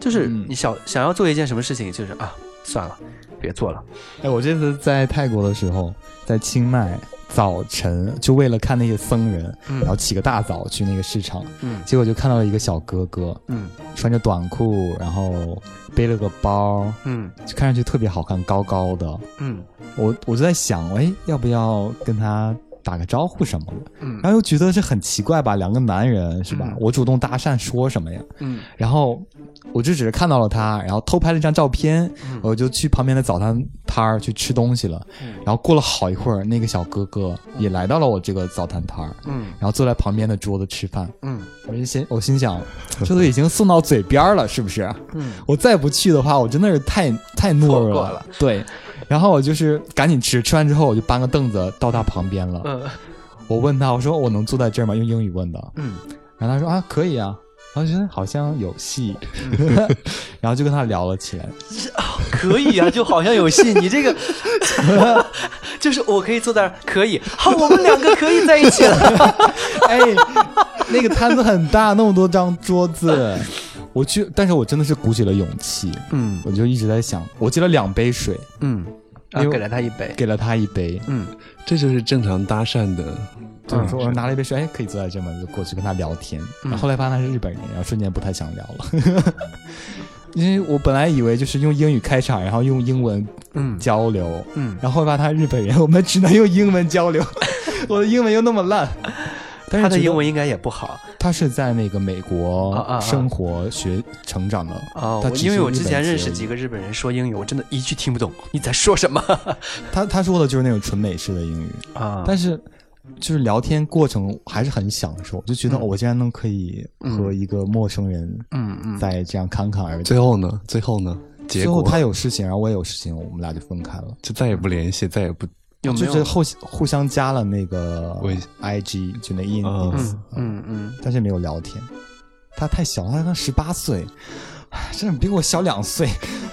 就是嗯你想想要做一件什么事情，就是啊算了，别做了。哎，我这次在泰国的时候，在清迈早晨就为了看那些僧人，嗯然后起个大早去那个市场，嗯结果就看到了一个小哥哥，嗯穿着短裤，然后背了个包，嗯就看上去特别好看，高高的。嗯我我就在想，哎，要不要跟他打个招呼什么的？嗯然后又觉得这很奇怪吧，两个男人是吧？嗯我主动搭讪说什么呀？嗯然后我就只是看到了他，然后偷拍了一张照片，嗯我就去旁边的早餐摊儿去吃东西了。嗯然后过了好一会儿，那个小哥哥也来到了我这个早餐摊儿，嗯然后坐在旁边的桌子吃饭。嗯我就心我心想，这都已经送到嘴边儿了，是不是？嗯我再不去的话，我真的是太太懦错弱过了。了对，然后我就是赶紧吃，吃完之后我就搬个凳子到他旁边了。嗯我问他，我说我能坐在这儿吗？用英语问的。嗯然后他说啊，可以啊。然后觉得好像有 [LAUGHS] 戏，然后就跟他聊了起来。可以啊，就好像有 [LAUGHS] 戏。你这个就是我可以坐在那儿，可以，好，我们两个可以在一起 [LAUGHS] 了。哎，那个摊子很大，那么多张桌子，我去，但是我真的是鼓起了勇气，嗯我就一直在想，我接了两杯水，嗯，啊，因为给了他一杯。给了他一杯，嗯这就是正常搭讪的。就是说我拿了一杯水，哎，可以坐在这吗？就过去跟他聊天。然后后来发现他是日本人，然后瞬间不太想聊了， [LAUGHS] 因为我本来以为就是用英语开场，然后用英文嗯交流，嗯，然后后来发现他是日本人，我们只能用英 [LAUGHS] 文交流，我的英文又那么烂。但他是的觉得英文应该也不好他是在那个美啊啊啊国生活学成长的，啊。他我只是因为我日之本前籍认识而已几个日本人说英语，我真的一句听不懂你在说什么他他说的就是那种纯美式的英语，啊但是就是聊天过程还是很享受，就觉得、嗯哦我竟然能可以和一个陌生人嗯嗯再这样侃侃而谈。最后呢？最后呢？结最后果他有事情，然后我也有事情，我们俩就分开了。就再也不联系，再也不 [LAUGHS] 有没就是有？后互相加了那个微 I G，就那 ins，、嗯嗯嗯嗯，但是没有聊天。他太小了，他刚十八岁，唉真的比我小两岁，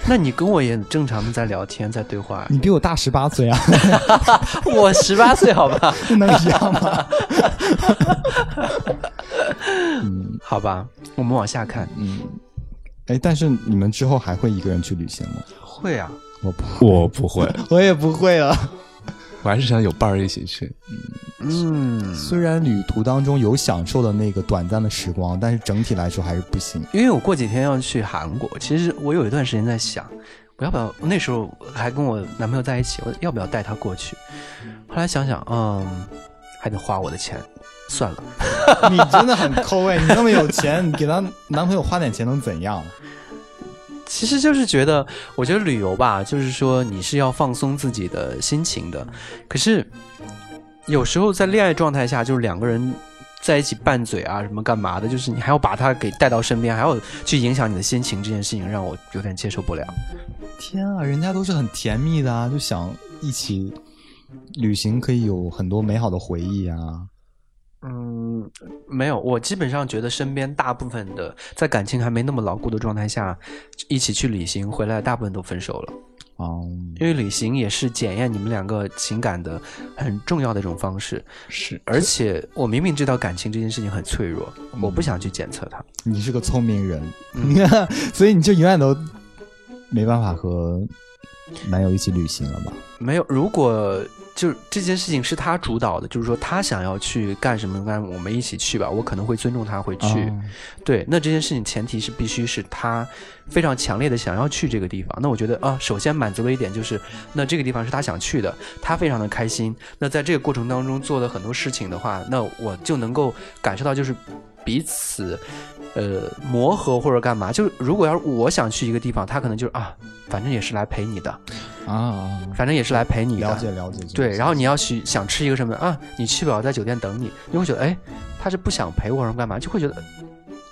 那你跟我也正常的在聊天，在对话。你比我大十八岁啊， [LAUGHS] 我十八岁，好吧？这能一样啊吗？嗯好吧，我们往下看。 [LAUGHS] 哎，但是你们之后还会一个人去旅行吗？会啊，我不，我不会，我也不会了。 [LAUGHS] 我还是想有伴儿一起去。嗯，虽然旅途当中有享受的那个短暂的时光，但是整体来说还是不 [LAUGHS] 行。因为我过几天要去韩国，其实我有一段时间在想，我要不要那时候还跟我男朋友在一起，我要不要带他过去？后来想想，嗯，还得花我的钱，算了。啊你真的很抠哎，你那么有钱，你给她男朋友花点钱能怎样？其实就是觉得，我觉得旅游吧，就是说你是要放松自己的心情的。可是有时候在恋爱状态下，就是两个人在一起拌嘴啊，什么干嘛的，就是你还要把他给带到身边，还要去影响你的心情，这件事情让我有点接受不了。天啊，人家都是很甜蜜的啊，就想一起旅行，可以有很多美好的回忆啊。嗯，没有，我基本上觉得身边大部分的在感情还没那么牢固的状态下，一起去旅行回来，大部分都分手了。嗯，因为旅行也是检验你们两个情感的很重要的一种方式，是而且我明明知道感情这件事情很脆弱，我嗯不想去检测它。你是个聪明人，嗯 [LAUGHS] 所以你就永远都没办法和男友一起旅行了吧？没有，如果就是这件事情是他主导的，就是说他想要去干什么干，我们一起去吧，我可能会尊重他会去。哦啊对，那这件事情前提是必须是他非常强烈的想要去这个地方。那我觉得啊，首先满足了一点就是，那这个地方是他想去的，他非常的开心。那在这个过程当中做的很多事情的话，那我就能够感受到就是彼此。呃，磨合或者干嘛？就是如果要是我想去一个地方，他可能就是啊，反正也是来陪你的，啊啊！反正也是来陪你的。了解了解，对，然后你要去想吃一个什么啊，你去吧，我在酒店等你，你会觉得哎，他是不想陪我，然后干嘛，就会觉得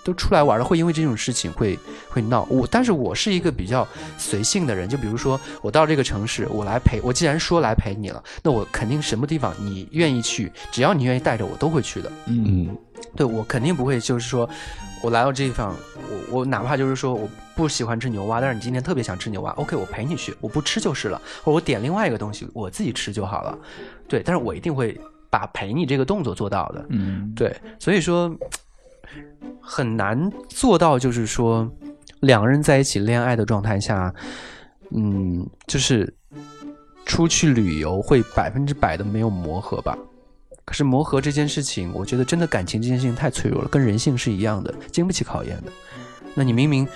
都出来玩了，会因为这种事情会会闹。我但是我是一个比较随性的人，就比如说我到这个城市，我来陪，我既然说来陪你了，那我肯定什么地方你愿意去，只要你愿意带着我，都会去的。嗯，嗯，对我肯定不会就是说，我来到这地方，我我哪怕就是说我不喜欢吃牛蛙，但是你今天特别想吃牛蛙，OK，我陪你去，我不吃就是了，或者我点另外一个东西，我自己吃就好了。对，但是我一定会把陪你这个动作做到的。嗯，对，所以说很难做到，就是说两个人在一起恋爱的状态下，嗯，就是出去旅游会百分之百的没有磨合吧。可是磨合这件事情，我觉得真的感情这件事情太脆弱了，跟人性是一样的，经不起考验的。那你明明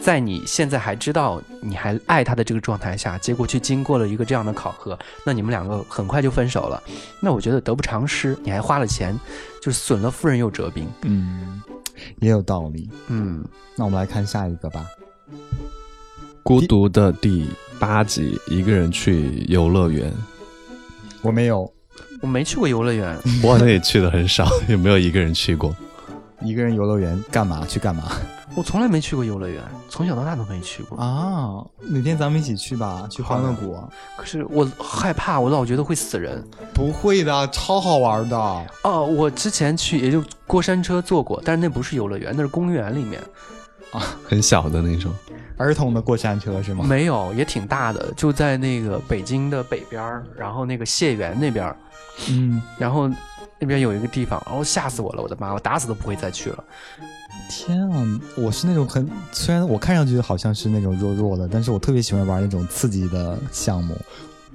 在你现在还知道你还爱他的这个状态下，结果却经过了一个这样的考核，那你们两个很快就分手了。那我觉得得不偿失，你还花了钱，就是损了夫人又折兵。嗯，也有道理。嗯，那我们来看下一个吧。孤独的第八集，一个人去游乐园，我没有我没去过游乐园，我好像也去的很少， [LAUGHS] 也没有一个人去过。一个人游乐园干嘛去干嘛我从来没去过游乐园，从小到大都没去过。啊？哪天咱们一起去吧，去欢乐谷。可是我害怕，我老觉得会死人。不会的，超好玩的。哦，我之前去也就过山车坐过，但是那不是游乐园，那是公园里面，很小的那种，儿童的过山车是吗？没有也挺大的，就在那个北京的北边儿，然后那个谢园那边儿，嗯，然后那边有一个地方，哦，吓死我了，我的妈，我打死都不会再去了。天啊，我是那种很，虽然我看上去好像是那种弱弱的，但是我特别喜欢玩那种刺激的项目。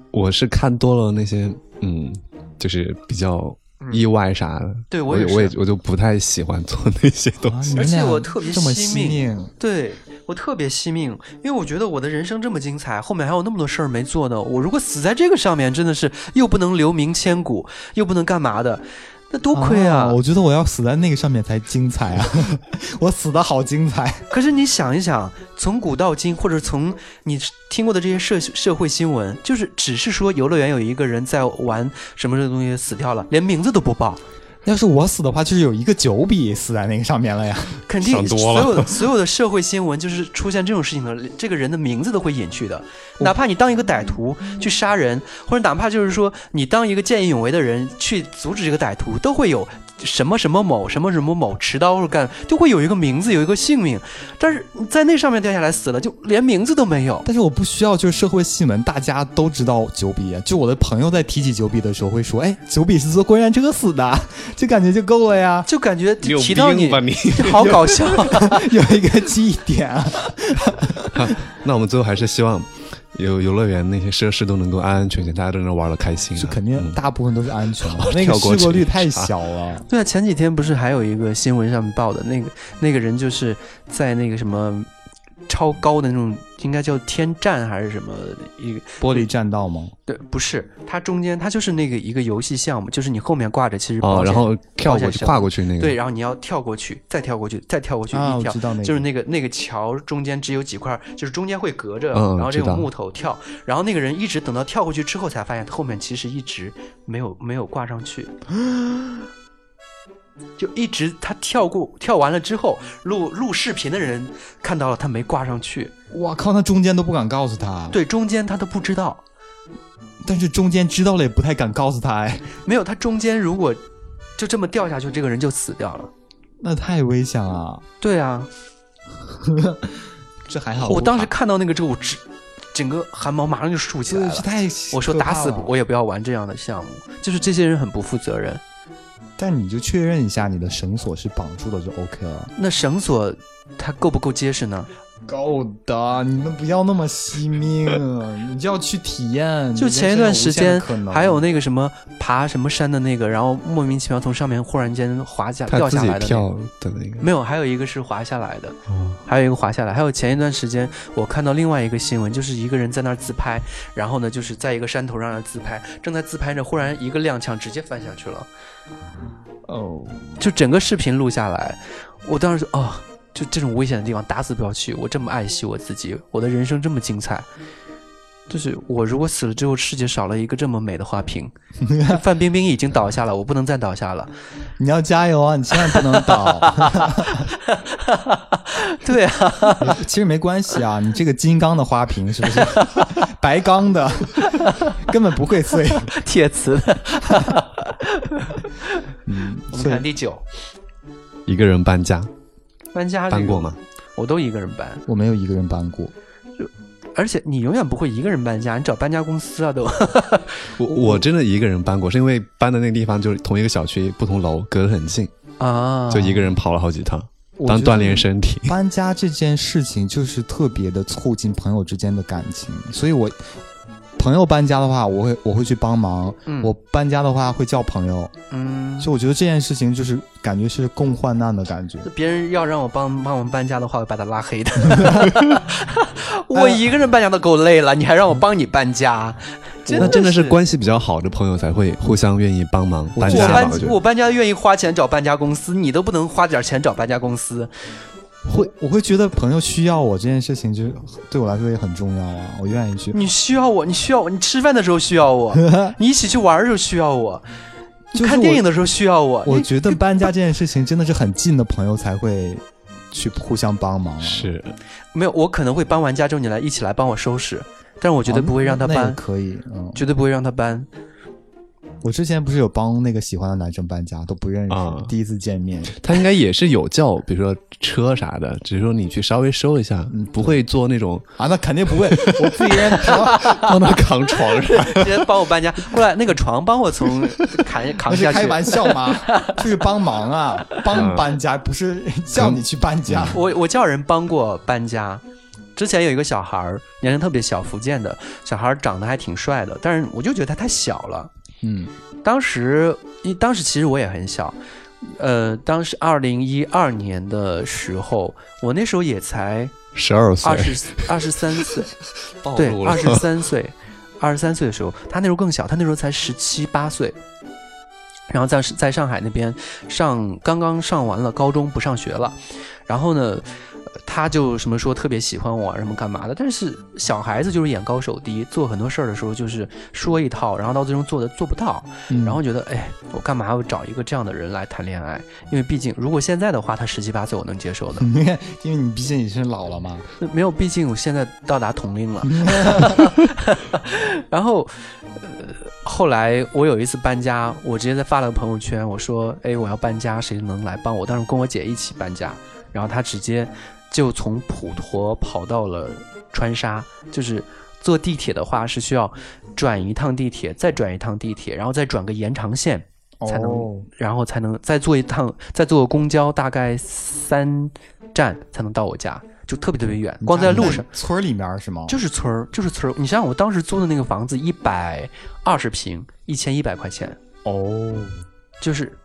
我是看多了那些，嗯，就是比较意外啥的。对我嗯也我也是我就不太喜欢做那些东啊你西。哦而们且俩我特别这么惜惜命，对我特别惜命，因为我觉得我的人生这么精彩，后面还有那么多事儿没做呢。我如果死在这个上面，真的是又不能留名千古，又不能干嘛的，那多亏啊！我觉得我要死在那个上面才精彩啊！ [LAUGHS] 我死的好精彩。可是你想一想，从古到今，或者从你听过的这些社社会新闻，就是只是说游乐园有一个人在玩什么这个东西死掉了，连名字都不报，要是我死的话，就是有一个九笔死在那个上面了呀。肯定想所多了有的所有的社会新闻就是出现这种事情的，这个人的名字都会隐去的。哪怕你当一个歹徒去杀人，或者哪怕就是说你当一个见义勇为的人去阻止这个歹徒，都会有什么什么某什么什么某持刀或者干，都会有一个名字，有一个姓名。但是在那上面掉下来死了，就连名字都没有。。但是我不需要，就是社会新闻大家都知道九笔，啊就我的朋友在提起九笔的时候会说，哎，九笔是坐过山车死的，啊就感觉就够了呀就感觉你有提到病你吧你？ [LAUGHS] 好搞笑， [LAUGHS] 有一个记忆点啊， [LAUGHS] 那我们最后还是希望游游乐园那些设施都能够安安全全，大家都能玩的开心、啊。是肯定嗯大部分都是安全的，那个跳过事去故率太小 [LAUGHS] 了。对啊，前几天不是还有一个新闻上面报的那个那个人，就是在那个什么超高的那种，应该叫天站还是什么一个？玻璃栈道吗？对，不是，它中间它就是那个一个游戏项目，就是你后面挂着其实保险哦，然后跳保过险去箱跨过去那个，对，然后你要跳过去，再跳过去，再跳过去，啊，一我跳知。道那个，就是那个那个桥中间只有几块，就是中间会隔着，嗯然后这知种道木头跳，然后那个人一直等到跳过去之后，才发现后面其实一直没有没有挂上 [GASPS] 去，就一直他跳过跳完了之后，录录视频的人看到了他没挂上去，我靠，那中间都不敢告诉他，，对，中间他都不知道，但是中间知道了也不太敢告诉他，哎，没有他中间如果就这么掉下去，这个人就死掉了。那太危险了，对啊，这啊还好，我当时看到那个之后，我直整个汗毛马上就竖起这来这了。太我说可打怕死了我也不要玩这样的项目，就是这些人很不负责任。但你就确认一下你的绳索是绑住的就 OK 了。那绳索它够不够结实呢？够的，你们不要那么惜命，啊你就要去体验。就人生前一段有无时限的间可能还有那个什么爬什么山的那个，然后莫名其妙从上面忽然间滑下掉他自下己来的、那个，跳的那个，没有，还有一个是滑下来的，哦还有一个滑下来，还有前一段时间我看到另外一个新闻，就是一个人在那儿自拍，然后呢就是在一个山头上那儿自拍，正在自拍着，忽然一个踉跄直接翻下去了。哦，就整个视频录下来，我当时就哦，就这种危险的地方打死不要去。我这么爱惜我自己，我的人生这么精彩，就是我如果死了之后，世界少了一个这么美的花瓶。 [LAUGHS] 范冰冰已经倒下了，我不能再倒下了。你要加油啊！你千万不能 [LAUGHS] 倒。对啊， [LAUGHS] 其实没关系啊，你这个金刚的花瓶是不 [LAUGHS] 是白钢的， [LAUGHS] 根本不会碎。铁磁 [LAUGHS] 的。嗯， [LAUGHS] 我们所以看第九，一个人搬家搬家这个搬过吗？？我都一个人搬，我没有一个人搬过。而且你永远不会一个人搬家，你找搬家公司 [LAUGHS] 啊都。我我真的一个人搬过，是因为搬的那个地方就是同一个小区，不同楼，隔得很近，啊，就一个人跑了好几趟，我当觉得锻炼身体。搬家这件事情就是特别的促进朋友之间的感情，所以我朋友搬家的话，我会我会去帮忙；嗯我搬家的话会叫朋友，嗯，所以我觉得这件事情就是感觉是共患难的感觉。别人要让我帮帮忙搬家的话，我把他拉黑 [LAUGHS] 的。我一个人搬家都够累了，你还让我帮你搬家，嗯那真的是是。关系比较好的朋友才会互相愿意帮忙搬我家吧？我搬觉我得搬家愿意花钱找搬家公司，你都不能花点钱找搬家公司。会我会觉得朋友需要我这件事情，就是对我来说也很重要啊，我愿意去。你需要我，你需要我，你吃饭的时候需要 [LAUGHS] 我，你一起去玩的时候需要我，就是看我电影的时候需要我。我你觉得搬家这件事情真的是很近的朋友才会去互相帮忙啊，是没有，我可能会搬完家之后你来一起来帮我收拾，但是我绝对哦不会让他那那也搬，可以，嗯，绝对不会让他搬。 [LAUGHS] 我之前不是有帮那个喜欢的男生搬家，都不认识，啊第一次见面，他应该也是有叫，比如说车啥的，只是说你去稍微收一下嗯，不会做那种啊，那肯 [LAUGHS] 定不会，我自己一个人扛，帮他扛床上。直接帮我搬家，后来那个床帮我从 [LAUGHS] 扛扛 [LAUGHS] 那下是去。开玩笑 [LAUGHS] 吗？就是帮忙啊，嗯帮搬家，不是叫你去搬家。我我叫人帮过搬家。之前有一个小孩儿，年龄特别小，福建的小孩儿，长得还挺帅的，但是我就觉得他太小了。嗯，当时，一当时其实我也很小，呃，当时二零一二年的时候，我那时候也才十二二岁，十二十三岁，暴对，露二了。十三岁，二十三岁的时候，他那时候更小，他那时候才十七八岁。然后在在上海那边上刚刚上完了高中，不上学了。然后呢，呃他就什么说特别喜欢我啊，什么干嘛的。但是小孩子就是眼高手低，做很多事儿的时候就是说一套，然后到最终做的做不到。嗯然后觉得，哎，我干嘛要找一个这样的人来谈恋爱？因为毕竟如果现在的话，他十七八岁我能接受的。因为你毕竟已经老了嘛，没有，毕竟我现在到达同龄了。然后，呃，后来我有一次搬家，我直接在发了个朋友圈，我说：“哎，我要搬家，谁能来帮我？”当时跟我姐一起搬家，然后她直接就从普陀跑到了川沙，就是坐地铁的话是需要转一趟地铁，再转一趟地铁，然后再转个延长线，才能哦，然后才能再坐一趟，再坐个公交，大概三站才能到我家，就特别特别远。光在路上，村儿里面是吗？就是村儿，就是村儿。你想想，我当时租的那个房子一百二十平，一千一百块钱，哦，就是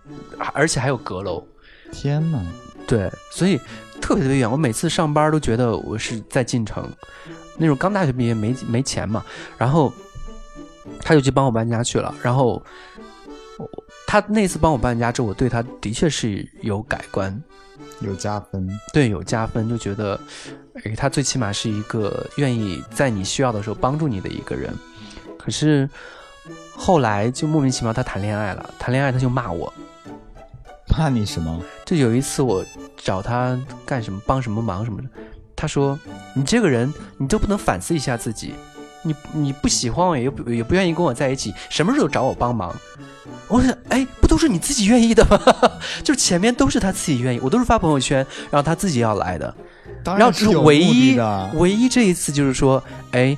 而且还有阁楼，天哪，对，所以特别特别远，我每次上班都觉得我是在进城，那时候刚大学毕业没没钱嘛，然后他就去帮我搬家去了，然后我他那次帮我搬家之后，我对他的确是有改观，有加分，对有加分，就觉得，哎，他最起码是一个愿意在你需要的时候帮助你的一个人。可是后来就莫名其妙他谈恋爱了，谈恋爱他就骂我。怕你什么？就有一次我找他干什么帮什么忙什么的，他说你这个人你都不能反思一下自己，你你不喜欢我也不也不愿意跟我在一起，什么时候找我帮忙？我想，哎，不都是你自己愿意的吗？ [LAUGHS] 就是前面都是他自己愿意，我都是发朋友圈，然后他自己要来的。当然后然是是有唯目一的的，唯一这一次就是说，哎，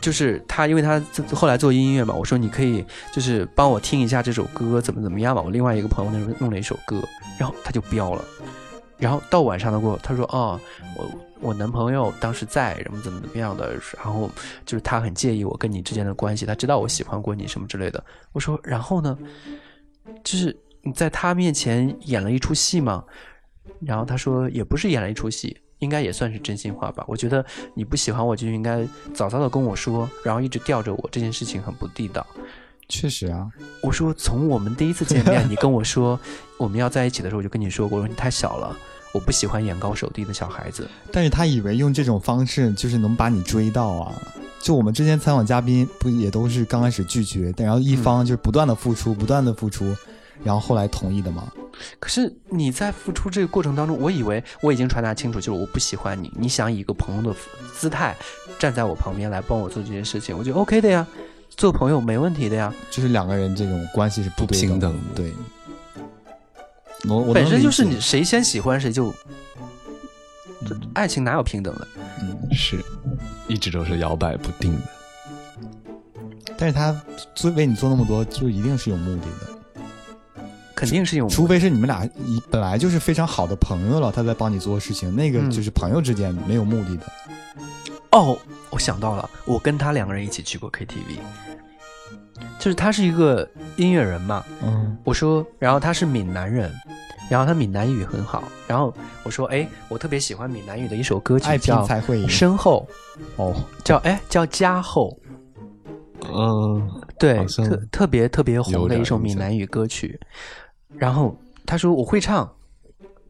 就是他，因为他后来做音乐嘛，我说你可以就是帮我听一下这首歌怎么怎么样嘛。我另外一个朋友那时候弄了一首歌，然后他就飙了，然后到晚上他给我他说哦，我我男朋友当时在，怎么怎么怎么样的，然后就是他很介意我跟你之间的关系，他知道我喜欢过你什么之类的。我说然后呢，就是你在他面前演了一出戏吗？然后他说也不是演了一出戏，应该也算是真心话吧。我觉得你不喜欢我就应该早早的跟我说，然后一直吊着我，这件事情很不地道。确实啊，我说从我们第一次见面，你跟我说我们要在一起的时候，我就跟你说过，我说你太小了，我不喜欢眼高手低的小孩子。但是他以为用这种方式就是能把你追到啊。就我们之前采访嘉宾，不也都是刚开始拒绝，但然后一方就是不断的付出，不断的付出，然后后来同意的嘛？可是你在付出这个过程当中，我以为我已经传达清楚，就是我不喜欢你，你想以一个朋友的姿态站在我旁边来帮我做这件事情，我觉得 OK 的呀，做朋友没问题的呀。就是两个人这种关系是不不对平的。等的。对，我我能本身理就是解嗯你谁先喜欢谁就，这爱情哪有平等的？是，一直都是摇摆不定的。但是他做为你做那么多，就一定是有目的的，肯定是有，除非是你们俩一本来就是非常好的朋友了，他在帮你做事情，那个嗯就是朋友之间没有目的的。哦，我想到了，我跟他两个人一起去过 KTV，就是他是一个音乐人嘛，嗯，我说，然后他是闽南人，然后他闽南语很好，然后我说，哎，我特别喜欢闽南语的一首歌曲爱拼叫《才会赢身后哦，》，叫哎叫家后，嗯，对，好像特特别特别红有的点一首印闽象南语歌曲。然后他说我会唱，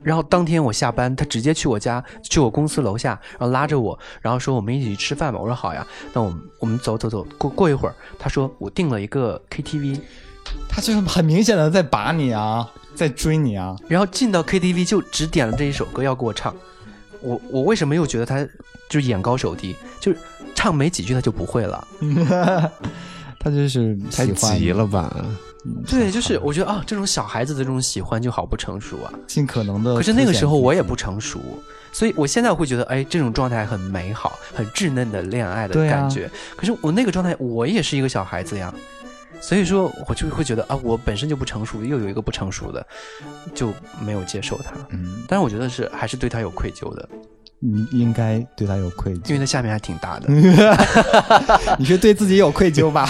然后当天我下班，他直接去我家，去我公司楼下，然后拉着我，然后说我们一起去吃饭吧。我说好呀，那我们我们走走走。过过一会儿，他说我订了一个 KTV，他就是很明显的在把你啊，在追你啊。 [LAUGHS] 然后进到 KTV 就只点了这一首歌要给我唱。我我为什么又觉得他就是眼高手低，就是唱没几句他就不会了。他就是太喜欢急你，了吧？对，就是我觉得啊，这种小孩子的这种喜欢就好不成熟啊。尽可能的。可是那个时候我也不成熟，所以我现在会觉得，哎，这种状态很美好，很稚嫩的恋爱的对啊感觉。可是我那个状态，我也是一个小孩子呀，所以说我就会觉得啊，我本身就不成熟，又有一个不成熟的，就没有接受他。嗯，但是我觉得是还是对他有愧疚的，你嗯应该对他有愧 [LAUGHS] 因为疚，他下面还挺大的。嗯你是对自己有 [LAUGHS] 愧疚吧？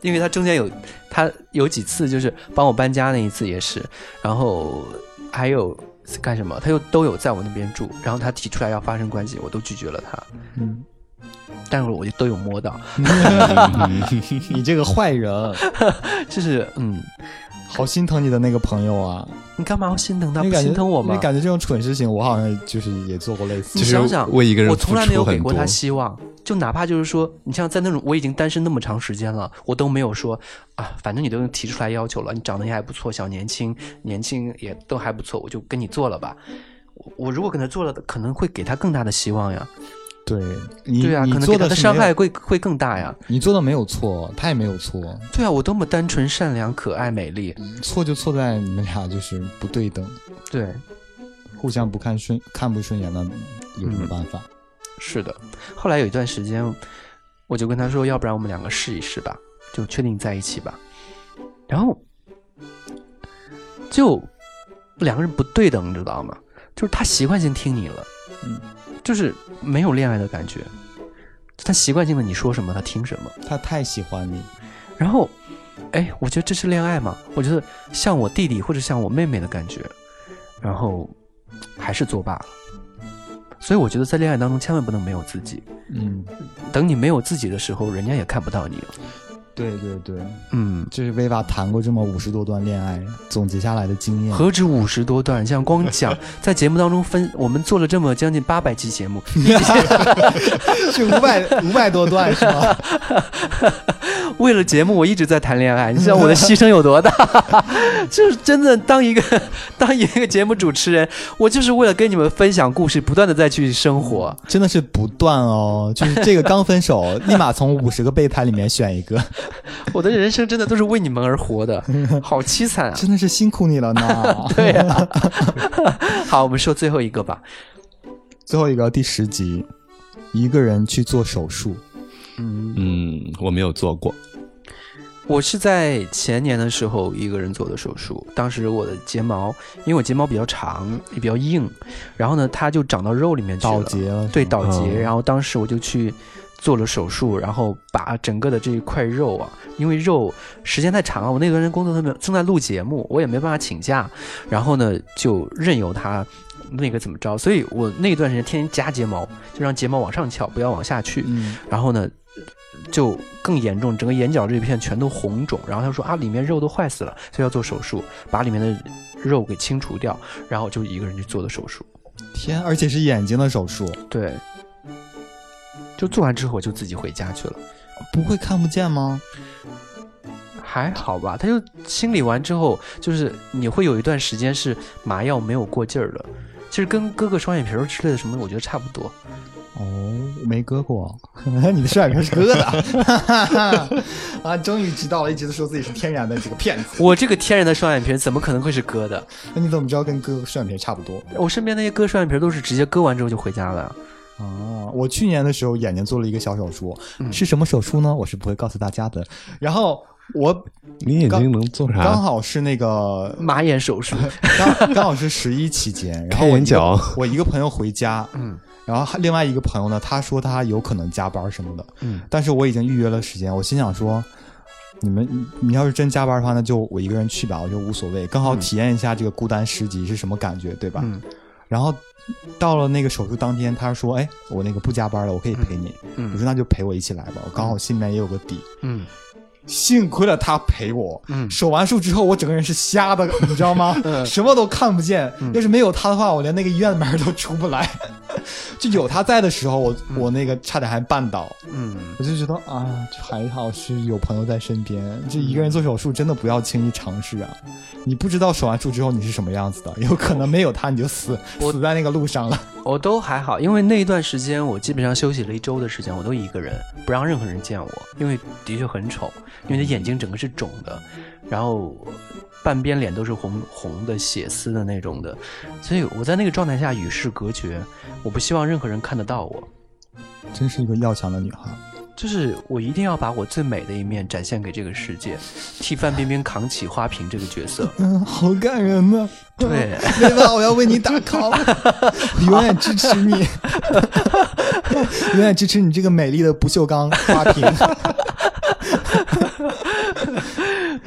因为他中间有他有几次就是帮我搬家那一次也是，然后还有干什么，他又都有在我那边住，然后他提出来要发生关系，我都拒绝了他，嗯， [LAUGHS] 但是我就都有摸到，你这个坏人，就是嗯，好心疼你的那个朋友啊，你干嘛要心疼他？你不感觉心疼我吗你？感觉这种蠢事情，我好像就是也做过类似就你是的。想想为一个人我从来没有付出给很过他多希望，就哪怕就是说，你像在那种我已经单身那么长时间了，我都没有说啊，反正你都提出来要求了，你长得也还不错，小年轻，年轻也都还不错，我就跟你做了吧。我我如果跟他做了，可能会给他更大的希望呀。对你，对啊，你可能做给他的是伤没有害，会会更大呀。你做的没有错，他也没有错，对啊，我多么单纯、善良、可爱、美丽。错就错在你们俩就是不对等，对，互相不看顺看不顺眼了，有什么嗯办法？是的。后来有一段时间，我就跟他说，要不然我们两个试一试吧，就确定在一起吧。然后就两个人不对等，你知道吗？就是他习惯性听你了，嗯，就是没有恋爱的感觉。他习惯性的你说什么，他听什么。他太喜欢你，然后，哎，我觉得这是恋爱吗？我觉得像我弟弟或者像我妹妹的感觉。然然后还是作罢了。所以我觉得在恋爱当中千万不能没有自己，嗯，等你没有自己的时候，人家也看不到你了。对对对，嗯，这是薇娃谈过这么五十多段恋爱总结下来的经验。何止五十多段？像光讲 [LAUGHS] 在节目当中分，我们做了这么将近八百期节目，是五百 [LAUGHS] 五百多段是吗？为了节目我一直在谈恋爱，你知道我的牺牲有多大？ [LAUGHS] 就是真的当一个 [LAUGHS] 当一个节目主持人，我就是为了跟你们分享故事，不断的再去生活。真的是不断哦，就是这个刚分手，立马从五十个备胎里面选一个，我的人生真的都是为你们而活的，好凄惨啊！ [LAUGHS] [LAUGHS] 真的是辛苦你了 [LAUGHS] 呢。对啊，好，我们说最后一个吧。最后一个第十集，一个人去做手术，嗯，我没有做过，我是在前年的时候一个人做的手术，当时我的睫毛，因为我睫毛比较长，也比较硬，然后呢，它就长到肉里面去倒了，睫了，对，倒睫。嗯然后当时我就去做了手术，然后把整个的这一块肉啊，因为肉时间太长了，我那段时间工作正正在录节目，我也没办法请假，然后呢就任由它那个怎么着，所以我那段时间天天夹睫毛，就让睫毛往上翘，不要往下去。嗯，然后呢，就更严重，整个眼角这一片全都红肿。然后他说啊，里面肉都坏死了，所以要做手术，把里面的肉给清除掉。然后就一个人去做的手术。天，而且是眼睛的手术，对，就做完之后我就自己回家去了，不会看不见吗？还好吧。他就清理完之后，就是你会有一段时间是麻药没有过劲儿了。其实跟割个双眼皮儿之类的什么的，我觉得差不多。哦，没割 [LAUGHS] 过，你的双眼皮是割的， [LAUGHS] 啊，终于知道了，一直都说自己是天然的这个骗子，我这个天然的双眼皮儿怎么可能会是割的？那你怎么知道跟割双眼皮差不多？我身边那些割双眼皮儿都是直接割完之后就回家了。啊，我去年的时候眼睛做了一个小手术，是什么手术呢？我是不会告诉大家的。然后我你眼睛能做刚啥？好是那个马眼手 [LAUGHS] 术，刚刚好是十一期 [LAUGHS] 间，然后开我眼一个角，我一个朋友回家，嗯，然后还另外一个朋友呢，他说他有可能加班什么的，嗯，但是我已经预约了时间，我心想说，你们你要是真加班的话，那就我一个人去吧，我觉得无所谓，刚好体验一下这个孤单十级是什么感觉，对吧？嗯然后到了那个手术当天，他说，哎，我那个不加班了，我可以陪你，嗯我说那就陪我一起来吧，我刚好心里面也有个底，嗯幸亏了他陪我。嗯，手完术之后，我整个人是瞎的，你知 [LAUGHS] 道吗？什么都看不见。嗯要是没有他的话，我连那个医院门都出不来。就有他在的时候，我我那个差点还绊倒。嗯，嗯我就觉得啊，就还好是有朋友在身边。这一个人做手术真的不要轻易尝试啊！你不知道手完术之后你是什么样子的，有可能没有他你就死我死在那个路上了。我都还好，因为那一段时间我基本上休息了一周的时间，我都一个人，不让任何人见我，因为的确很丑，因为你的眼睛整个是肿的，然后半边脸都是红红的血丝的那种的，所以我在那个状态下与世隔绝，我不希望任何人看得到我，真是一个要强的女孩。就是我一定要把我最美的一面展现给这个世界，替范冰冰扛起花瓶这个角色，嗯，好感人啊呢、对。对吧？我要为你打 [LAUGHS] call，永远支持 [LAUGHS] 你，永远支持你这个美丽的不锈钢花瓶。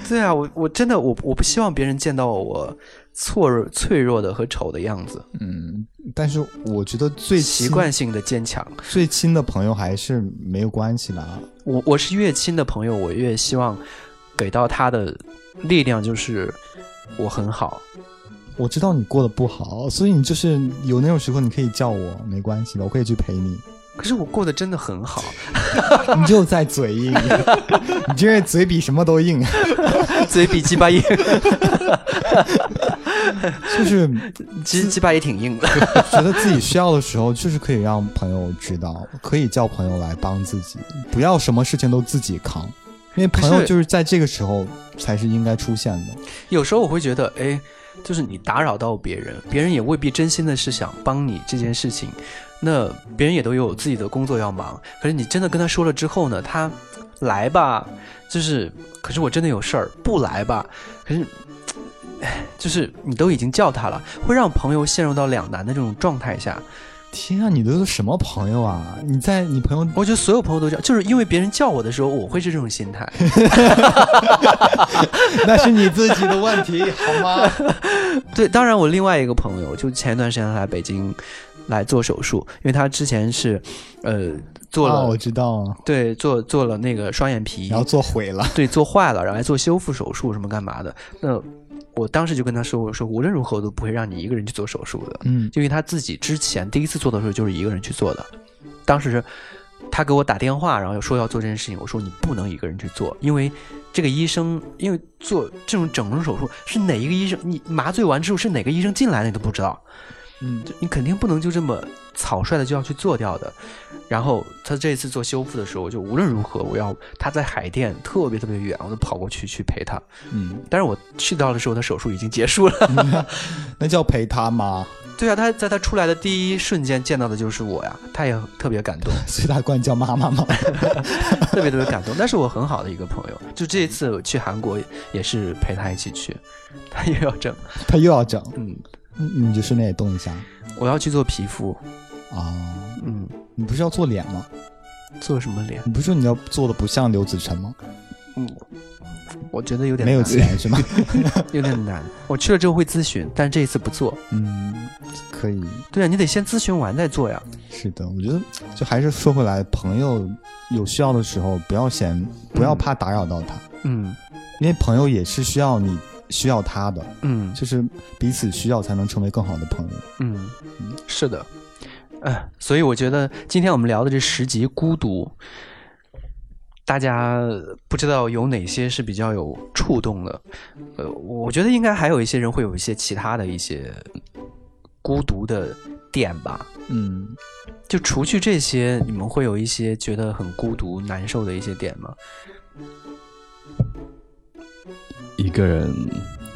对啊，我我真的我我不希望别人见到我脆弱、脆弱的和丑的样子，嗯，但是我觉得最习亲惯性的坚强。最亲的朋友还是没有关系啦。我我是越亲的朋友，我越希望给到他的力量就是我很好。我知道你过得不好，所以你就是有那种时候你可以叫我，没关系的，我可以去 [LAUGHS] 陪你。可是我过得真的很好，你就在嘴 [LAUGHS] 硬，你这人嘴比什么都硬，啊嘴比鸡巴硬，就是鸡鸡巴也挺硬的。觉得自己需要的时候，就是可以让朋友知道，可以叫朋友来帮自己，不要什么事情都自己扛，因为朋可友是就是在这个时候才是应该出现的。有时候我会觉得，哎，就是你打扰到别人，别人也未必真心的是想帮你这件事情。那别人也都有自己的工作要忙，可是你真的跟他说了之后呢，他来吧，就是，可是我真的有事儿，不来吧，可是，哎，就是你都已经叫他了，会让朋友陷入到两难的这种状态下。天啊，你都是什么朋友啊？你在你朋友我觉得所有朋友都这样，就是因为别人叫我的时候，我会是这种心态。那是你自己的问题好 [LAUGHS] 吗？对，当然我另外一个朋友，就前一段时间来北京来做手术，因为他之前是，呃，做了、啊我知道啊，对做做了那个双眼皮，然后做毁了，对做坏了，然后还做修复手术什么干嘛的。那我当时就跟他说，我说无论如何我都不会让你一个人去做手术的，嗯，因为他自己之前第一次做的时候就是一个人去做的，当时是他给我打电话，然后说要做这件事情，我说你不能一个人去做，因为这个医生，因为做这种整容手术是哪一个医生，你麻醉完之后是哪个医生进来的你都不知道，嗯，你肯定不能就这么草率的就要去做掉的。然后他这次做修复的时候，我就无论如何我要他在海淀特别特别远，我就跑过去去陪他。嗯，但是我去到的时候，他手术已经结束了。那叫陪他吗？ [LAUGHS] 对啊，他在他出来的第一瞬间见到的就是我呀，他也特别感动，所以他管你叫妈妈吗？ [LAUGHS] 特别特别感动。那是我很好的一个朋友，就这一次我去韩国也是陪他一起去，他也要整，他又要整，嗯，嗯你就顺便也动一下我要去做皮肤，啊。嗯，你不是要做脸吗？做什么脸？你不是说你要做的不像刘子晨吗？嗯，我觉得有点没有难钱是吗？有点难。我去了之后会咨询，但这一次不做。嗯，可以，对啊，你得先咨询完再做呀。是的，我觉得就还是说回来，朋友有需要的时候，不要嫌，不要怕打扰到他，嗯因为朋友也是需要你需要他的，嗯就是彼此需要才能成为更好的朋友。嗯，是的。哎，所以我觉得今天我们聊的这十集孤独，大家不知道有哪些是比较有触动的。呃，我觉得应该还有一些人会有一些其他的一些孤独的点吧。嗯，就除去这些，你们会有一些觉得很孤独、难受的一些点吗？一个人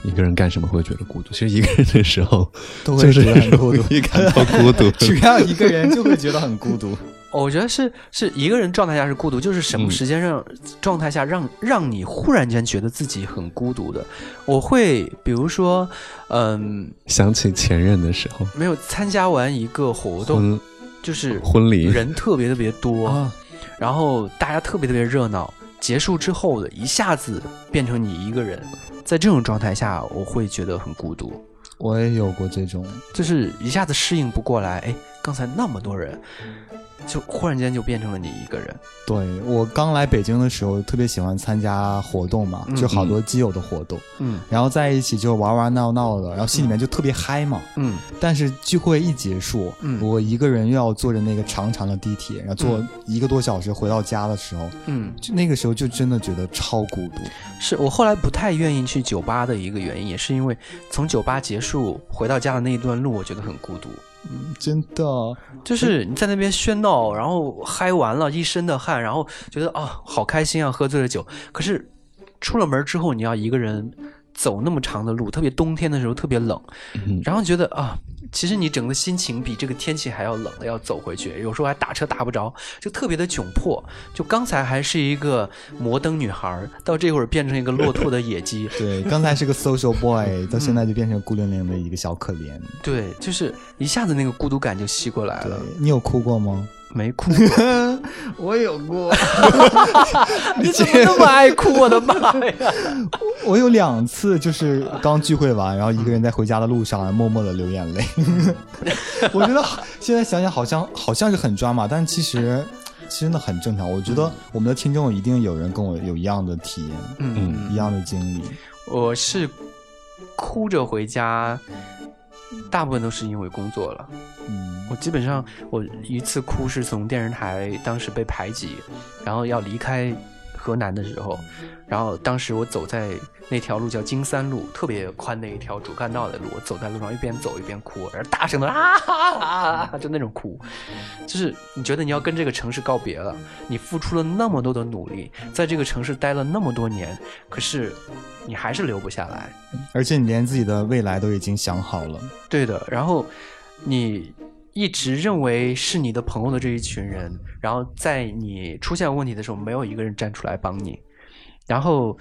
一个人干什么会觉得孤独？其实一个人的时候，都就会是觉得很孤独容，易 [LAUGHS] 感到孤独。 [LAUGHS] 只要一个人就会觉得很孤独。哦我觉得是是一个人状态下是孤独，就是什么嗯时间让、状态下让让你忽然间觉得自己很孤独的。我会比如说，嗯，想起前任的时候，没有参加完一个活动，婚就是婚礼人特别特别多，嗯啊，然后大家特别特别热闹，结束之后的一下子变成你一个人，在这种状态下，我会觉得很孤独。我也有过这种，就是一下子适应不过来，哎，刚才那么多人，就忽然间就变成了你一个人。对我刚来北京的时候，特别喜欢参加活动嘛，就好多基友的活动，嗯然后在一起就玩玩闹闹的，然后心里面就特别嗨嘛。嗯但是聚会一结束，嗯我一个人又要坐着那个长长的地铁，然后坐一个多小时回到家的时候，嗯，就那个时候就真的觉得超孤独。是我后来不太愿意去酒吧的一个原因，也是因为从酒吧结束回到家的那一段路，我觉得很孤独。真的，，就是你在那边喧闹，然后嗨完了，一身的汗，然后觉得啊好开心啊，喝醉了酒。可是出了门之后，你要一个人走那么长的路，特别冬天的时候特别冷，嗯然后觉得啊，其实你整个心情比这个天气还要冷的，要走回去，有时候还打车打不着，就特别的窘迫。就刚才还是一个摩登女孩儿，到这会儿变成一个落拓的野鸡对，刚才是个 social [LAUGHS] boy，到现在就变成孤零零的一个小可怜。对，就是一下子那个孤独感就吸过来对了，你有哭过吗？没哭过。 [LAUGHS] 我有过， [LAUGHS] 你怎么那么爱哭？我的妈呀！ [LAUGHS] 我有两次就是刚聚会完，然后一个人在回家的路上默默的流眼泪。嗯 [LAUGHS] 我觉得现在想想好像好像是很抓马，但其实真的很正常。我觉得我们的听众一定有人跟我有一样的体验， [LAUGHS] 嗯，一样的经历。我是哭着回家，大部分都是因为工作了。嗯，我基本上我一次哭是从电视台当时被排挤，然后要离开河南的时候，然后当时我走在那条路叫金三路，特别宽的一条主干道的路，我走在路上一边走一边哭，然后大声的 [LAUGHS] 啊哈哈哈，就那种哭，就是你觉得你要跟这个城市告别了，你付出了那么多的努力，在这个城市待了那么多年，可是你还是留不下来。而且你连自己的未来都已经想好了。对的，然后你一直认为是你的朋友的这一群人，然后在你出现问题的时候，没有一个人站出来帮你，然后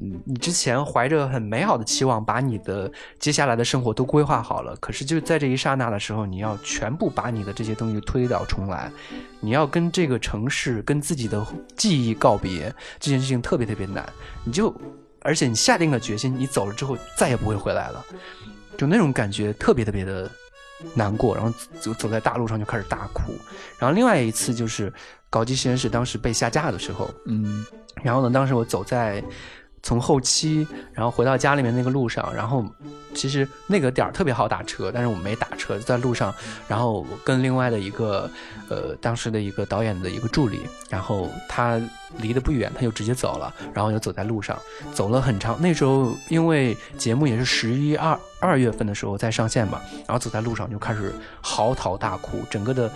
嗯你之前怀着很美好的期望，把你的接下来的生活都规划好了，可是就在这一刹那的时候，你要全部把你的这些东西推倒重来，你要跟这个城市、跟自己的记忆告别，这件事情特别特别难。你就，而且你下定了决心，你走了之后再也不会回来了，就那种感觉特别特别的难过，然后走走在大路上就开始大哭。然后另外一次就是搞基实验室当时被下架的时候，嗯，然后呢，当时我走在从后期，然后回到家里面那个路上，然后其实那个点儿特别好打车，但是我没打车，在路上，然后我跟另外的一个呃当时的一个导演的一个助理，然后他离得不远，他就直接走了，然后就走在路上，走了很长。那时候因为节目也是十一二二月份的时候在上线嘛，然后走在路上就开始嚎啕大哭，整个的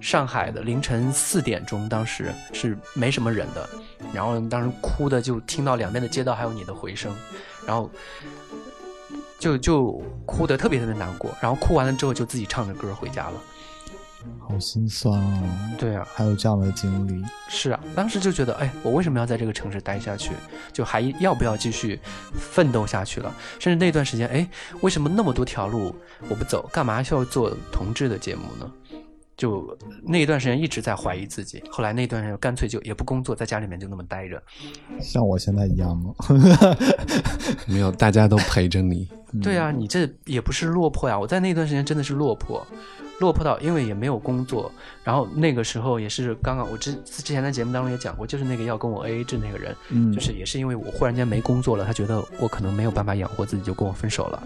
上海的凌晨四点钟，当时是没什么人的。然后当时哭的就听到两边的街道还有你的回声，然后就就哭得特别特别难过，然后哭完了之后就自己唱着歌回家了。好心酸啊、对啊，还有这样的经历，是啊，当时就觉得，哎，我为什么要在这个城市待下去？就还要不要继续奋斗下去了？甚至那段时间，哎，为什么那么多条路我不走？干嘛需要做同志的节目呢？就那一段时间一直在怀疑自己，后来那段时间干脆就也不工作，在家里面就那么待着。像我现在一 [LAUGHS] 样吗？没有，大家都陪着你。 [LAUGHS] 对啊，你这也不是落魄呀、我在那段时间真的是落魄，落魄到因为也没有工作，然后那个时候也是刚刚我之之前在节目当中也讲过，就是那个要跟我 AA 制那个人，嗯就是也是因为我忽然间没工作了，他觉得我可能没有办法养活自己，就跟我分手了。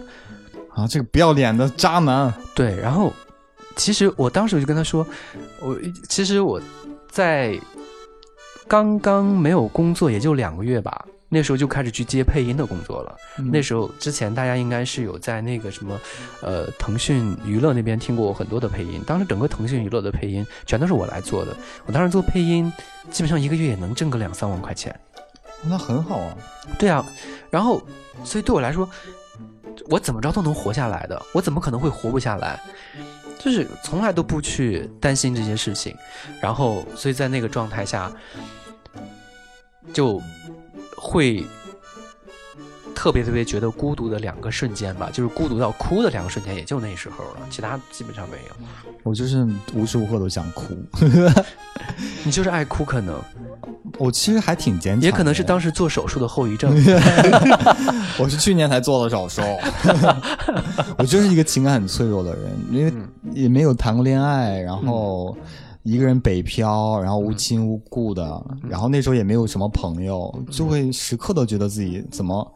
啊，这个不要脸的渣男，对，然后其实我当时我就跟他说，我其实我在刚刚没有工作也就两个月吧，那时候就开始去接配音的工作了。嗯那时候之前大家应该是有在那个什么，呃，腾讯娱乐那边听过我很多的配音，当时整个腾讯娱乐的配音全都是我来做的。我当时做配音，基本上一个月也能挣个两三万块钱。那很好啊，对啊，然后，所以对我来说，我怎么着都能活下来的，我怎么可能会活不下来？就是从来都不去担心这些事情，然后，所以在那个状态下，就会特别特别觉得孤独的两个瞬间吧，就是孤独到哭的两个瞬间，也就那时候了，其他基本上没有。我就是无时无刻都想哭，你就是爱哭，可能我其实还挺坚强的，也可能是当时做手术的后遗症。我是去年才做的 [LAUGHS] 手术，我就是一个情感很脆弱的人，因为也没有谈过恋爱，然后一个人北漂，然后无亲无故的，然后那时候也没有什么朋友，就会时刻都觉得自己怎么。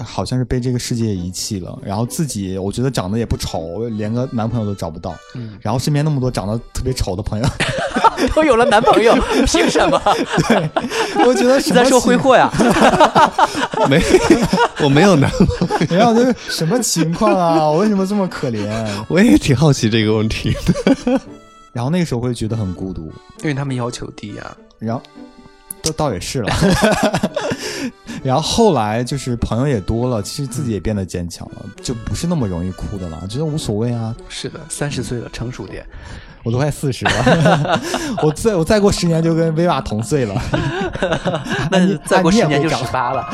好像是被这个世界遗弃了，然后自己我觉得长得也不丑，连个男朋友都找不到，嗯，然后身边那么多长得特别丑的朋友， [LAUGHS] 都有了男朋友，凭什 [LAUGHS] 么？我觉得是什么在说情挥霍呀？没，我没有男朋友， [LAUGHS] 然后就是什么情况啊？ [LAUGHS] 我为什么这么可怜？ [LAUGHS] 我也挺好奇这个问题的。然后那个时候会觉得很孤独，因为他们要求低啊。然后倒倒也是了。 [LAUGHS] 然后后来就是朋友也多了，其实自己也变得坚强了，就不是那么容易哭的了，觉得无所谓啊，是的，三十岁了，成熟点。我都快四十了， [LAUGHS] 我再我再过十年就跟薇娅同岁了。 [LAUGHS] 那你再过啊你也十年就会长十八 [LAUGHS] 了。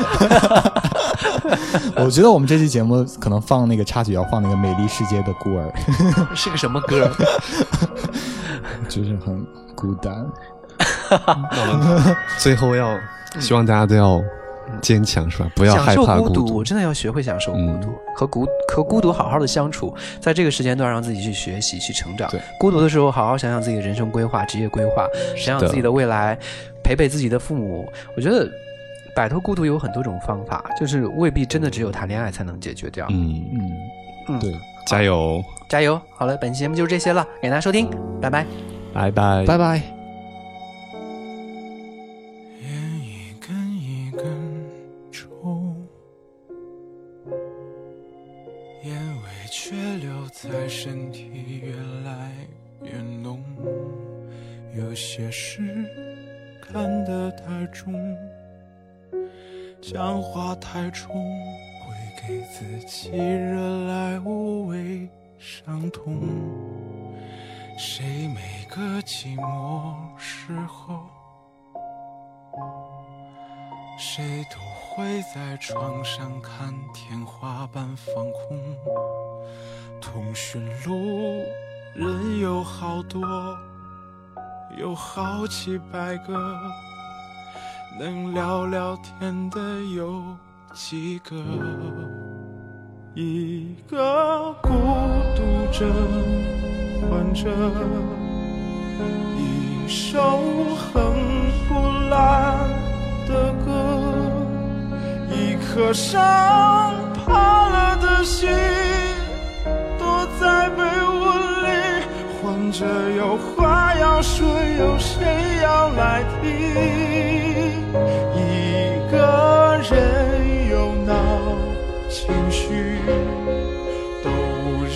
我觉得我们这期节目可能放那个插曲要放那个《美丽世界的孤儿 [LAUGHS] 是个什么歌？》，啊就是很孤单。最后要希望大家都要坚强，是吧？不要享害受怕孤独。嗯我真的要学会享受孤独，和孤和孤独好好的相处，在这个时间段让自己去学习、去成长对。孤独的时候，好好想想自己的人生规划、职业规划，想想自己的未来，陪陪自己的父母。我觉得摆脱孤独有很多种方法，就是未必真的只有谈恋爱才能解决掉。嗯，嗯，对，加油，加油！好了，本期节目就是这些了，感谢大家收听，拜拜。拜拜拜拜。烟一根一根抽，烟味却留在身体越来越浓。有些事看得太重，讲话太冲，会给自己惹来无谓伤痛。谁每个寂寞时候？谁都会在床上看天花板放空。通讯录人有好多，有好几百个，能聊聊天的有几个？一个孤独症患者，一首哼不烂的歌，一颗伤怕了的心，躲在被窝里，患者有话要说，有谁要来听？一个人有闹情绪，逗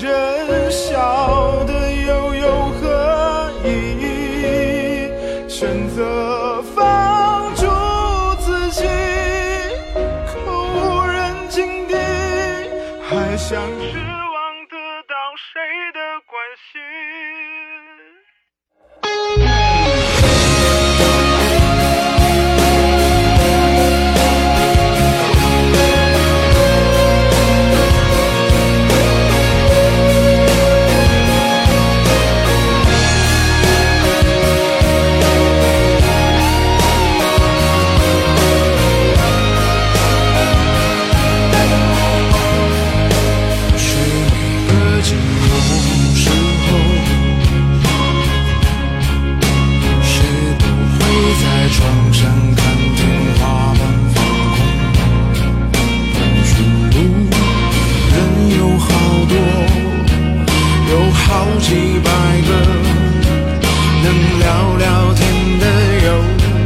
人笑的又有何意义？选择放逐自己，可无人警笛，还想指望得到谁的关心？是你的金融时候，谁不会在床上看天花板放空？通讯录人有好多，有好几百个，能聊聊天的有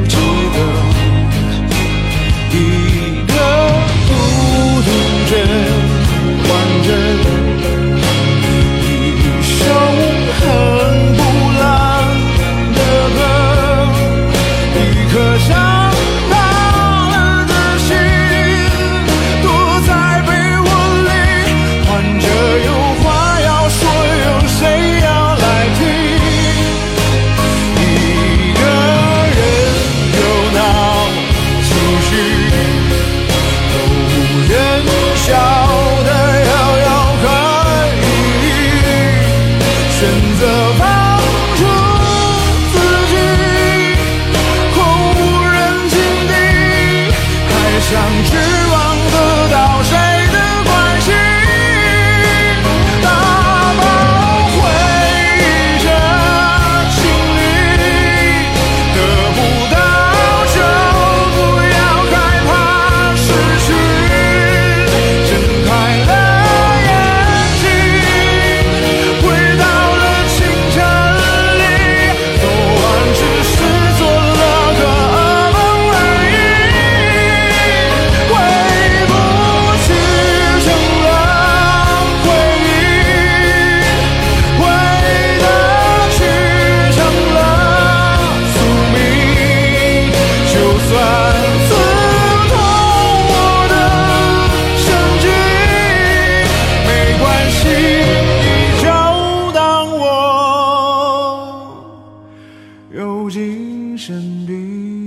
几个？一个孤独症患者，一首哼不烂的歌，一颗伤疤了的心，躲在被窝里，患者有话要说，有谁要来听？一个人有闹情绪，有人笑得遥遥可依，选择放逐自己，空无人情地，还想指望得到谁的关心？打包回忆着行李，得不到就不要害怕失去，睁开了眼睛，回到了清晨里，昨晚只是做了个噩梦而已，回不去成了回忆。回得去成了宿命，就算刺痛我的神经，没关系，你就当我有精神病。